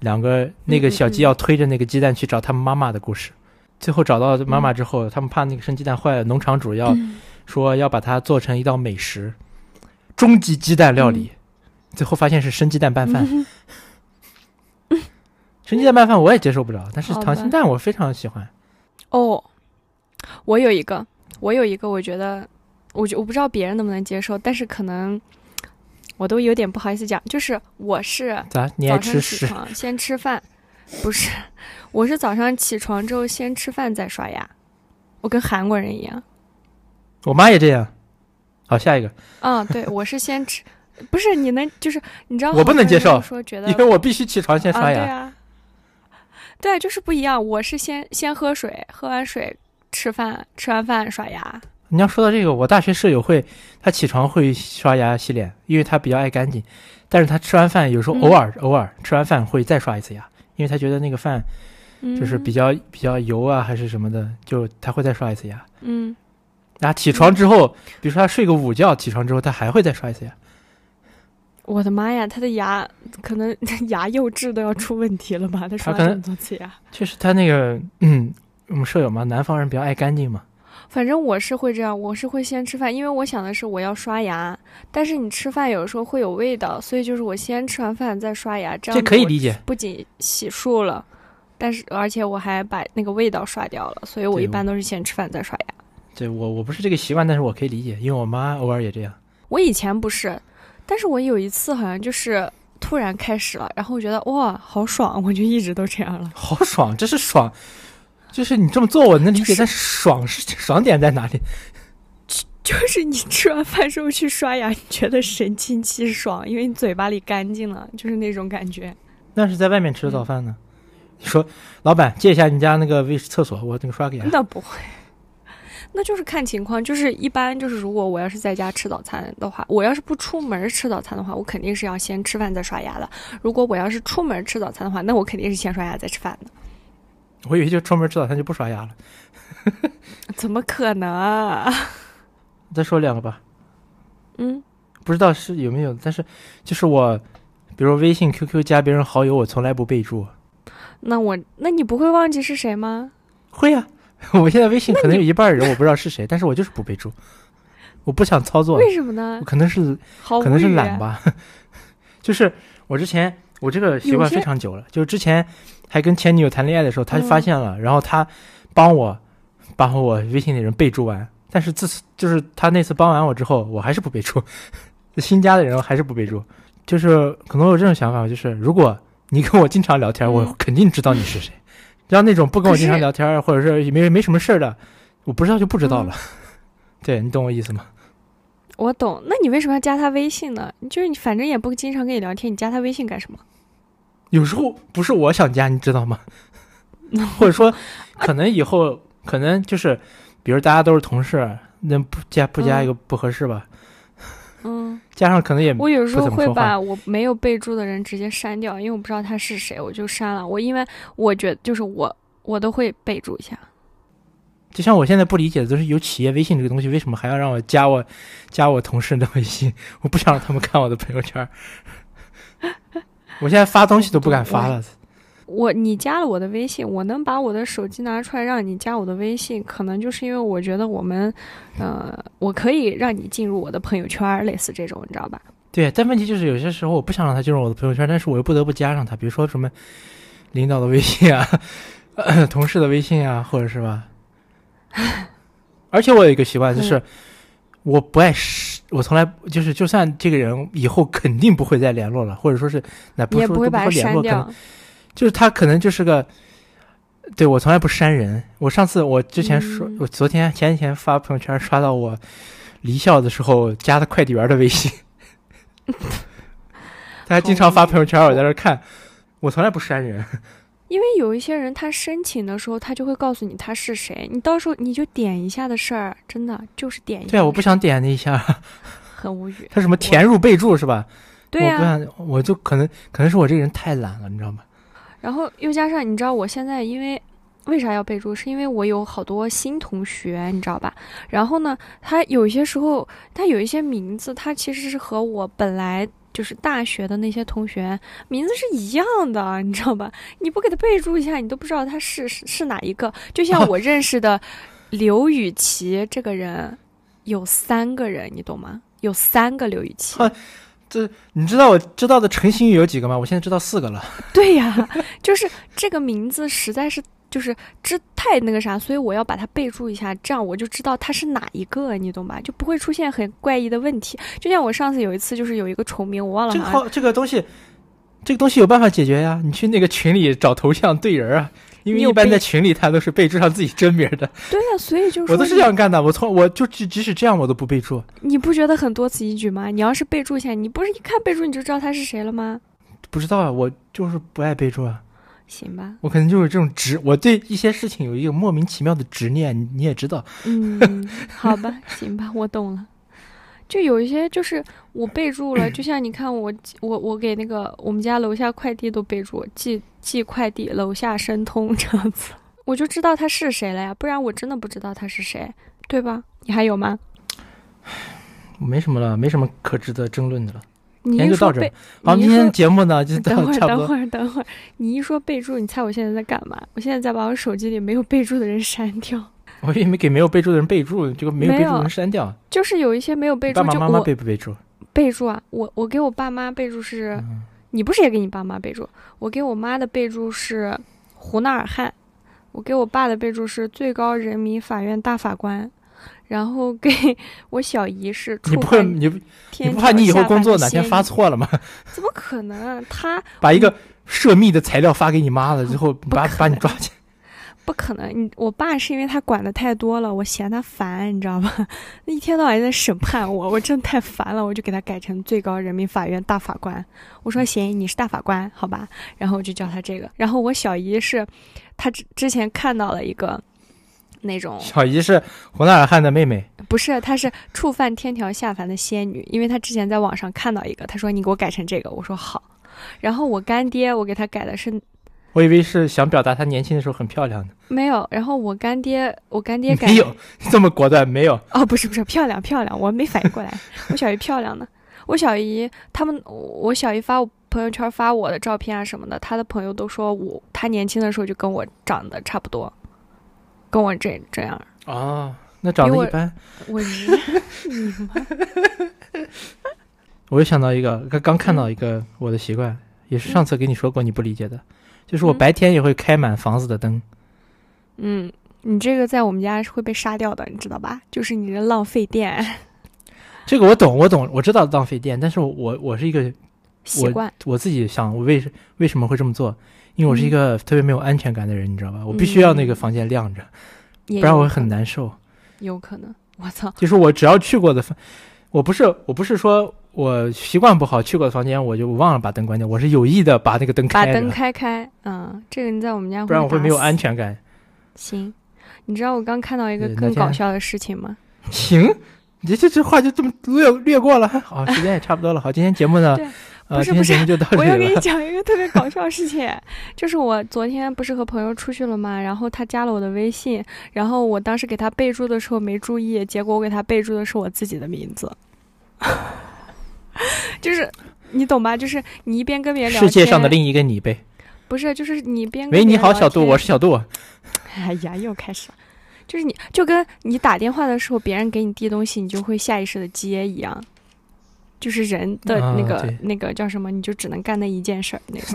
Speaker 2: 两个那个小鸡
Speaker 1: 嗯嗯
Speaker 2: 要推着那个鸡蛋去找他们妈妈的故事。最后找到妈妈之后，他们怕那个生鸡蛋坏了，农场主要
Speaker 1: 嗯
Speaker 2: 说要把它做成一道美食，终极鸡蛋料理。最后发现是生鸡蛋拌饭，
Speaker 1: 嗯
Speaker 2: 生鸡蛋拌饭我也接受不了，但是
Speaker 1: 好吧
Speaker 2: 溏心蛋我非常喜欢。
Speaker 1: 哦，我有一个，我有一个，我觉得，我觉我不知道别人能不能接受，但是可能我都有点不好意思讲，就是我是
Speaker 2: 咋？你爱
Speaker 1: 早上
Speaker 2: 吃
Speaker 1: 起
Speaker 2: 屎？
Speaker 1: 床先吃饭，不是，我是早上起床之后先吃饭再刷牙，我跟韩国人一样。
Speaker 2: 我妈也这样。好，下一个，
Speaker 1: 啊，对，我是先吃， 不是你能就是你知道
Speaker 2: 我不
Speaker 1: 好多
Speaker 2: 能接
Speaker 1: 人都
Speaker 2: 受
Speaker 1: 说觉得
Speaker 2: 因为我必须起床先刷
Speaker 1: 啊。对
Speaker 2: 牙。
Speaker 1: 啊，对，就是不一样。我是先先喝水，喝完水吃饭，吃完饭刷牙。
Speaker 2: 你要说到这个，我大学舍友会，她起床会刷牙洗脸，因为她比较爱干净。但是她吃完饭有时候
Speaker 1: 嗯
Speaker 2: 偶尔、偶尔吃完饭会再刷一次牙，因为她觉得那个饭
Speaker 1: 嗯，
Speaker 2: 就是比较、比较油啊还是什么的，就她会再刷一次牙。
Speaker 1: 嗯，
Speaker 2: 然后起床之后，比如说她睡个午觉，起床之后她还会再刷一次牙。
Speaker 1: 我的妈呀，他的牙可能 牙釉质都要出问题了吧？他刷
Speaker 2: 可
Speaker 1: 了这
Speaker 2: 能
Speaker 1: 么多次牙。
Speaker 2: 确实，她那个嗯，我们舍友嘛，南方人比较爱干净嘛。
Speaker 1: 反正我是会这样，我是会先吃饭，因为我想的是我要刷牙，但是你吃饭有时候会有味道，所以就是我先吃完饭再刷牙，这样
Speaker 2: 这可以
Speaker 1: 我
Speaker 2: 理解，
Speaker 1: 不仅洗漱了，但是而且我还把那个味道刷掉了，所以我
Speaker 2: 对
Speaker 1: 一般都是先吃饭再刷牙。
Speaker 2: 对我我不是这个习惯，但是我可以理解，因为我妈偶尔也这样。
Speaker 1: 我以前不是，但是我有一次好像就是突然开始了，然后我觉得哇好爽，我就一直都这样了。
Speaker 2: 好爽，这是爽，就是你这么做我能理解，
Speaker 1: 就是
Speaker 2: 但是爽是 爽点在哪里？
Speaker 1: 就是你吃完饭之后去刷牙，你觉得神清气爽，因为你嘴巴里干净了，就是那种感觉。
Speaker 2: 那是在外面
Speaker 1: 嗯
Speaker 2: 吃的早饭呢。你说，老板借一下你家那个卫厕所，我那个刷个牙。
Speaker 1: 那不会，那就是看情况。就是一般就是，如果我要是在家吃早餐的话，我要是不出门吃早餐的话，我肯定是要先吃饭再刷牙的。如果我要是出门吃早餐的话，那我肯定是先刷牙再吃饭的。
Speaker 2: 我以为就出门吃早餐就不刷牙了。
Speaker 1: 怎么可能啊？
Speaker 2: 再说两个吧，
Speaker 1: 嗯，
Speaker 2: 不知道是有没有，但是就是我，比如微信、QQ 加别人好友，我从来不备注。
Speaker 1: 那我那你不会忘记是谁吗？
Speaker 2: 会呀、 我现在微信可能有一半人我不知道是谁，但是我就是不备注，我不想操作，
Speaker 1: 为什么呢
Speaker 2: 我？可能是
Speaker 1: 好无语。
Speaker 2: 嗯可能是懒。吧。 就是我之前我这个习惯非常久了，就是之前还跟前女友谈恋爱的时候，她就发
Speaker 1: 嗯
Speaker 2: 现了，然后她帮我把我微信里人备注完，但是自此就是她那次帮完我之后，我还是不备注， 新加的人我还是不备注，就是可能我有这种想法，就是如果你跟我经常聊天，
Speaker 1: 嗯
Speaker 2: 我肯定知道你是谁。像那种不跟我经
Speaker 1: 可
Speaker 2: 常
Speaker 1: 是
Speaker 2: 聊天，或者是没没什么事儿的，我不知道就不知
Speaker 1: 嗯
Speaker 2: 道了。 对你懂我意思吗？
Speaker 1: 我懂。那你为什么要加他微信呢？就是你反正也不经常跟你聊天，你加他微信干什么？
Speaker 2: 有时候不是我想加，你知 道吗？或者说，可能以后可能就是，比如大家都是同事，那不加不加
Speaker 1: 嗯
Speaker 2: 一个不合适吧？
Speaker 1: 嗯，
Speaker 2: 加上可能也
Speaker 1: 我有时候
Speaker 2: 不怎么
Speaker 1: 会
Speaker 2: 说话
Speaker 1: 把我没有备注的人直接删掉，因为我不知道他是谁，我就删了。我因为我觉得就是我我都会备注一下。
Speaker 2: 就像我现在不理解的，就是有企业微信这个东西，为什么还要让我加我加我同事的微信？我不想让他们看我的朋 友圈儿。我现在发东西都不敢发了，
Speaker 1: 我你加了我的微信，我能把我的手机拿出来让你加我的微信，可能就是因为我觉得我们，呃，我可以让你进入我的朋友圈儿，类似这种，你知道吧？
Speaker 2: 对，但问题就是有些时候我不想让他进入我的朋友圈，但是我又不得不加上他，比如说什么领导的微信啊、同事的微信啊，或者是 吧。而且我有一个习惯，
Speaker 1: 嗯
Speaker 2: 就是我不爱是，我从来就是就算这个人以后肯定不会再联络了，或者说是那不
Speaker 1: 你
Speaker 2: 是
Speaker 1: 也
Speaker 2: 说
Speaker 1: 会
Speaker 2: 都
Speaker 1: 把
Speaker 2: 不
Speaker 1: 它
Speaker 2: 联
Speaker 1: 删
Speaker 2: 络，可能
Speaker 1: 掉。
Speaker 2: 就是他可能就是个，对我从来不删人。我上次我之前说，
Speaker 1: 嗯
Speaker 2: 我昨天前几天发朋友圈刷到我离校的时候加的快递员的微 信，他还经常发朋友圈，我在这看，我从来不删人。
Speaker 1: 因为有一些人他申请的时候，他就会告诉你他是谁，你到时候你就点一下的事儿，真的就是点一下。
Speaker 2: 对啊，我不想点那一下，
Speaker 1: 很无语。
Speaker 2: 他什么填入备注是吧？
Speaker 1: 对
Speaker 2: 我不
Speaker 1: 啊，
Speaker 2: 想，我就可能可能是我这个人太懒了，你知道吗？
Speaker 1: 然后又加上你知道我现在因为。为啥要备注？是因为我有好多新同学，你知道吧？然后呢，他有些时候，他有一些名字，他其实是和我本来就是大学的那些同学名字是一样的，你知道吧？你不给他备注一下，你都不知道他是是是哪一个。就像我认识的刘雨琦这个人，有三个人，你懂吗？有三个刘雨琦。
Speaker 2: 你知道我知道的陈星宇有几个吗？我现在知道四个了。
Speaker 1: 对呀、就是这个名字实在是就是这太那个啥，所以我要把它备注一下，这样我就知道它是哪一个，你懂吧？就不会出现很怪异的问题。就像我上次有一次，就是有一个重名，我忘了
Speaker 2: 这
Speaker 1: 好
Speaker 2: 个
Speaker 1: 像
Speaker 2: 好，这个东西，这个东西有办法解决呀。你去那个群里找头像对人啊，因为
Speaker 1: 你有
Speaker 2: 一般
Speaker 1: 备
Speaker 2: 在群里他都是备注上自己真名的。
Speaker 1: 对呀、所以就是
Speaker 2: 我都是这样干的，我从我就即即使这样我都不备注，
Speaker 1: 你不觉得很多此一举吗？你要是备注一下，你不是一看备注你就知道他是谁了吗？
Speaker 2: 不知道啊，我就是不爱备注啊。
Speaker 1: 行吧，
Speaker 2: 我可能就是这种执，我对一些事情有一个莫名其妙的执念，你你也知道。
Speaker 1: 嗯，好吧，行吧，我懂了。就有一些就是我备注 了，就像你看我我我给那个我们家楼下快递都备注寄寄快递楼下申通这样子，我就知道他是谁了呀，不然我真的不知道他是谁，对吧？你还有吗？
Speaker 2: 没什么了，没什么可值得争论的了。
Speaker 1: 你
Speaker 2: 今天
Speaker 1: 一
Speaker 2: 就
Speaker 1: 说
Speaker 2: 到这儿
Speaker 1: 备，
Speaker 2: 好，
Speaker 1: 你
Speaker 2: 今
Speaker 1: 一
Speaker 2: 天
Speaker 1: 说
Speaker 2: 的节目呢就 到
Speaker 1: 等会儿，
Speaker 2: 差不
Speaker 1: 等
Speaker 2: 多。
Speaker 1: 会儿，等会儿，你一说备注，你猜我现在在干嘛？我现在在把我手机里没有备注的人删掉，
Speaker 2: 我也没给没有备注的人备注，这个没有
Speaker 1: 没
Speaker 2: 备注的
Speaker 1: 有
Speaker 2: 人删掉。
Speaker 1: 就是有一些没有备
Speaker 2: 你
Speaker 1: 注，
Speaker 2: 爸爸
Speaker 1: 就
Speaker 2: 妈妈
Speaker 1: 我
Speaker 2: 备不备注？
Speaker 1: 备注啊，我我给我爸妈备注是。
Speaker 2: 嗯，
Speaker 1: 你不是也给你爸妈备注？我给我妈的备注是胡纳尔汗，我给我爸的备注是最高人民法院大法官，然后给我小姨是
Speaker 2: 你
Speaker 1: 触
Speaker 2: 不会
Speaker 1: 犯
Speaker 2: 你不你
Speaker 1: 天
Speaker 2: 不怕
Speaker 1: 条
Speaker 2: 你以后
Speaker 1: 下
Speaker 2: 工
Speaker 1: 犯
Speaker 2: 作
Speaker 1: 之
Speaker 2: 哪天
Speaker 1: 嫌
Speaker 2: 发
Speaker 1: 疑？
Speaker 2: 错了吗？
Speaker 1: 怎么可能？啊他
Speaker 2: 把一个涉密的材料发给你妈了，之后把
Speaker 1: 可
Speaker 2: 把你
Speaker 1: 能
Speaker 2: 抓起来。
Speaker 1: 不可能。你我爸是因为他管的太多了，我嫌他烦，你知道吧？ 那一天到晚在审判我，我 真的太烦了，我就给他改成最高人民法院大法官。我说嫌疑你是大法官，好吧？然后我就叫他这个。然后我小姨是，她之之前看到了一个那种
Speaker 2: 小姨是胡纳尔汗的妹妹，
Speaker 1: 不是，她是触犯天条下凡的仙女，因为她之前在网上看到一个，她说你给我改成这个，我说好。然后我干爹，我给他改的是
Speaker 2: 我以为是想表达她年轻的时候很漂亮呢。
Speaker 1: 没有，然后我干爹，我干 爹改
Speaker 2: 没有这么果断，没有。
Speaker 1: 哦，不是不是，漂亮漂亮，我没反应过来，我小姨漂亮呢。我小姨他们，我我小姨发我朋友圈发我的照片啊什么的，她的朋友都说我她年轻的时候就跟我长得差不多，跟我这这样。
Speaker 2: 哦，那长
Speaker 1: 比
Speaker 2: 得
Speaker 1: 我
Speaker 2: 一般。
Speaker 1: 我日你妈！
Speaker 2: 我又想到一个，刚刚看到一个我的习惯，也是上次跟你说过你不理解的，就是我
Speaker 1: 嗯
Speaker 2: 白天也会开满房子的灯。
Speaker 1: 嗯，你这个在我们家是会被杀掉的，你知道吧？就是你这浪费 电
Speaker 2: 这个我懂，我懂，我知道浪费电，但是我我我是一个
Speaker 1: 习惯。
Speaker 2: 我自己想，我为为什么会这么做？因为
Speaker 1: 嗯
Speaker 2: 我是一个特别没有安全感的人，你知道吧？我必须要那个房间亮着，
Speaker 1: 不
Speaker 2: 不然我会很，难受。
Speaker 1: 有可能。我操！
Speaker 2: 就是我只要去过的房，我不是我不是说我习惯不好去过的房间，我就忘了把灯关掉，我是有意的把那个灯
Speaker 1: 把
Speaker 2: 开着，
Speaker 1: 灯开开，嗯，这个你在我们家
Speaker 2: 不然我会
Speaker 1: 打
Speaker 2: 没有
Speaker 1: 死
Speaker 2: 安全感。
Speaker 1: 行，你知道我刚看到一个
Speaker 2: 对那
Speaker 1: 更搞
Speaker 2: 天
Speaker 1: 笑的事情吗？
Speaker 2: 行，你这这这话就这么略略过了。 好，时间也差不多了。好，今天节目呢
Speaker 1: 对，不
Speaker 2: 呃，
Speaker 1: 是
Speaker 2: 今天
Speaker 1: 不是
Speaker 2: 节目就到这
Speaker 1: 我要给
Speaker 2: 里
Speaker 1: 你
Speaker 2: 了。
Speaker 1: 讲一个特别搞笑的事情，就是我昨天不是和朋友出去了嘛，然后他加了我的微信，然后我当时给他备注的时候没注意，结果我给他备注的是我自己的名字， 就是你懂吧？就是你一边跟别人聊
Speaker 2: 世界上的
Speaker 1: 天
Speaker 2: 另一个你呗。
Speaker 1: 不是，就是你一边跟
Speaker 2: 喂，你
Speaker 1: 别人
Speaker 2: 好，
Speaker 1: 聊
Speaker 2: 小杜，
Speaker 1: 天
Speaker 2: 我是小杜。
Speaker 1: 哎呀，又开始了。就是你就跟你打电话的时候，别人给你递东西，你就会下意识的接一样，就是人的
Speaker 2: 啊
Speaker 1: 那个、
Speaker 2: 对
Speaker 1: 那个叫什么，你就只能干那一件事儿。那个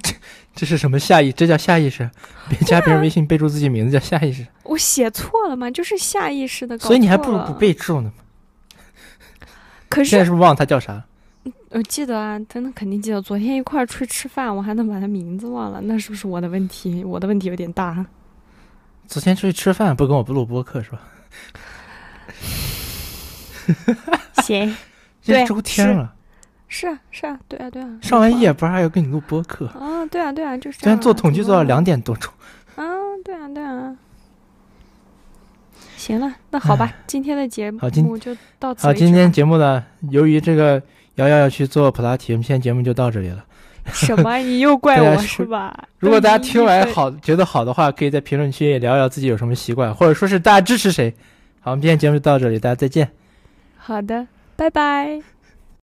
Speaker 2: 这是什么下意？这叫下意识，别加别人微信备注自己名字叫下意识。
Speaker 1: 我写啊错了吗？就是下意识的，
Speaker 2: 所以你还不如不。备注呢。
Speaker 1: 可
Speaker 2: 现
Speaker 1: 是
Speaker 2: 在是不是忘了他叫啥？
Speaker 1: 我记得啊，真的肯定记得，昨天一块儿出去吃饭，我还能把他名字忘了，那是不是我的问题？我的问题有点大。
Speaker 2: 昨天出去吃饭，不跟我录播客是吧？
Speaker 1: 行，
Speaker 2: 现在
Speaker 1: 对
Speaker 2: 周天了，
Speaker 1: 是啊，是啊，对啊，对啊。
Speaker 2: 上完
Speaker 1: 夜
Speaker 2: 夜班还要跟你录播客。
Speaker 1: 啊，对啊，对啊，就是这
Speaker 2: 昨
Speaker 1: 样啊。
Speaker 2: 天做统计做到两点多钟，
Speaker 1: 啊，对啊，对啊。行了，那好吧，今天的节
Speaker 2: 好今
Speaker 1: 目就到此
Speaker 2: 好，
Speaker 1: 为止吧。
Speaker 2: 今天节目呢，由于这个瑶瑶要去做普拉提，我们今天节目就到这里了。
Speaker 1: 什么？你又 怪
Speaker 2: 大
Speaker 1: 我
Speaker 2: 家
Speaker 1: 是吧？
Speaker 2: 啊如果大家
Speaker 1: 都已
Speaker 2: 听完
Speaker 1: 经
Speaker 2: 好觉得好的话，可以在评论区也聊聊自己有什么习惯，或者说是大家支持谁。好，我们今天节目就到这里，大家再见。
Speaker 1: 好的，拜拜。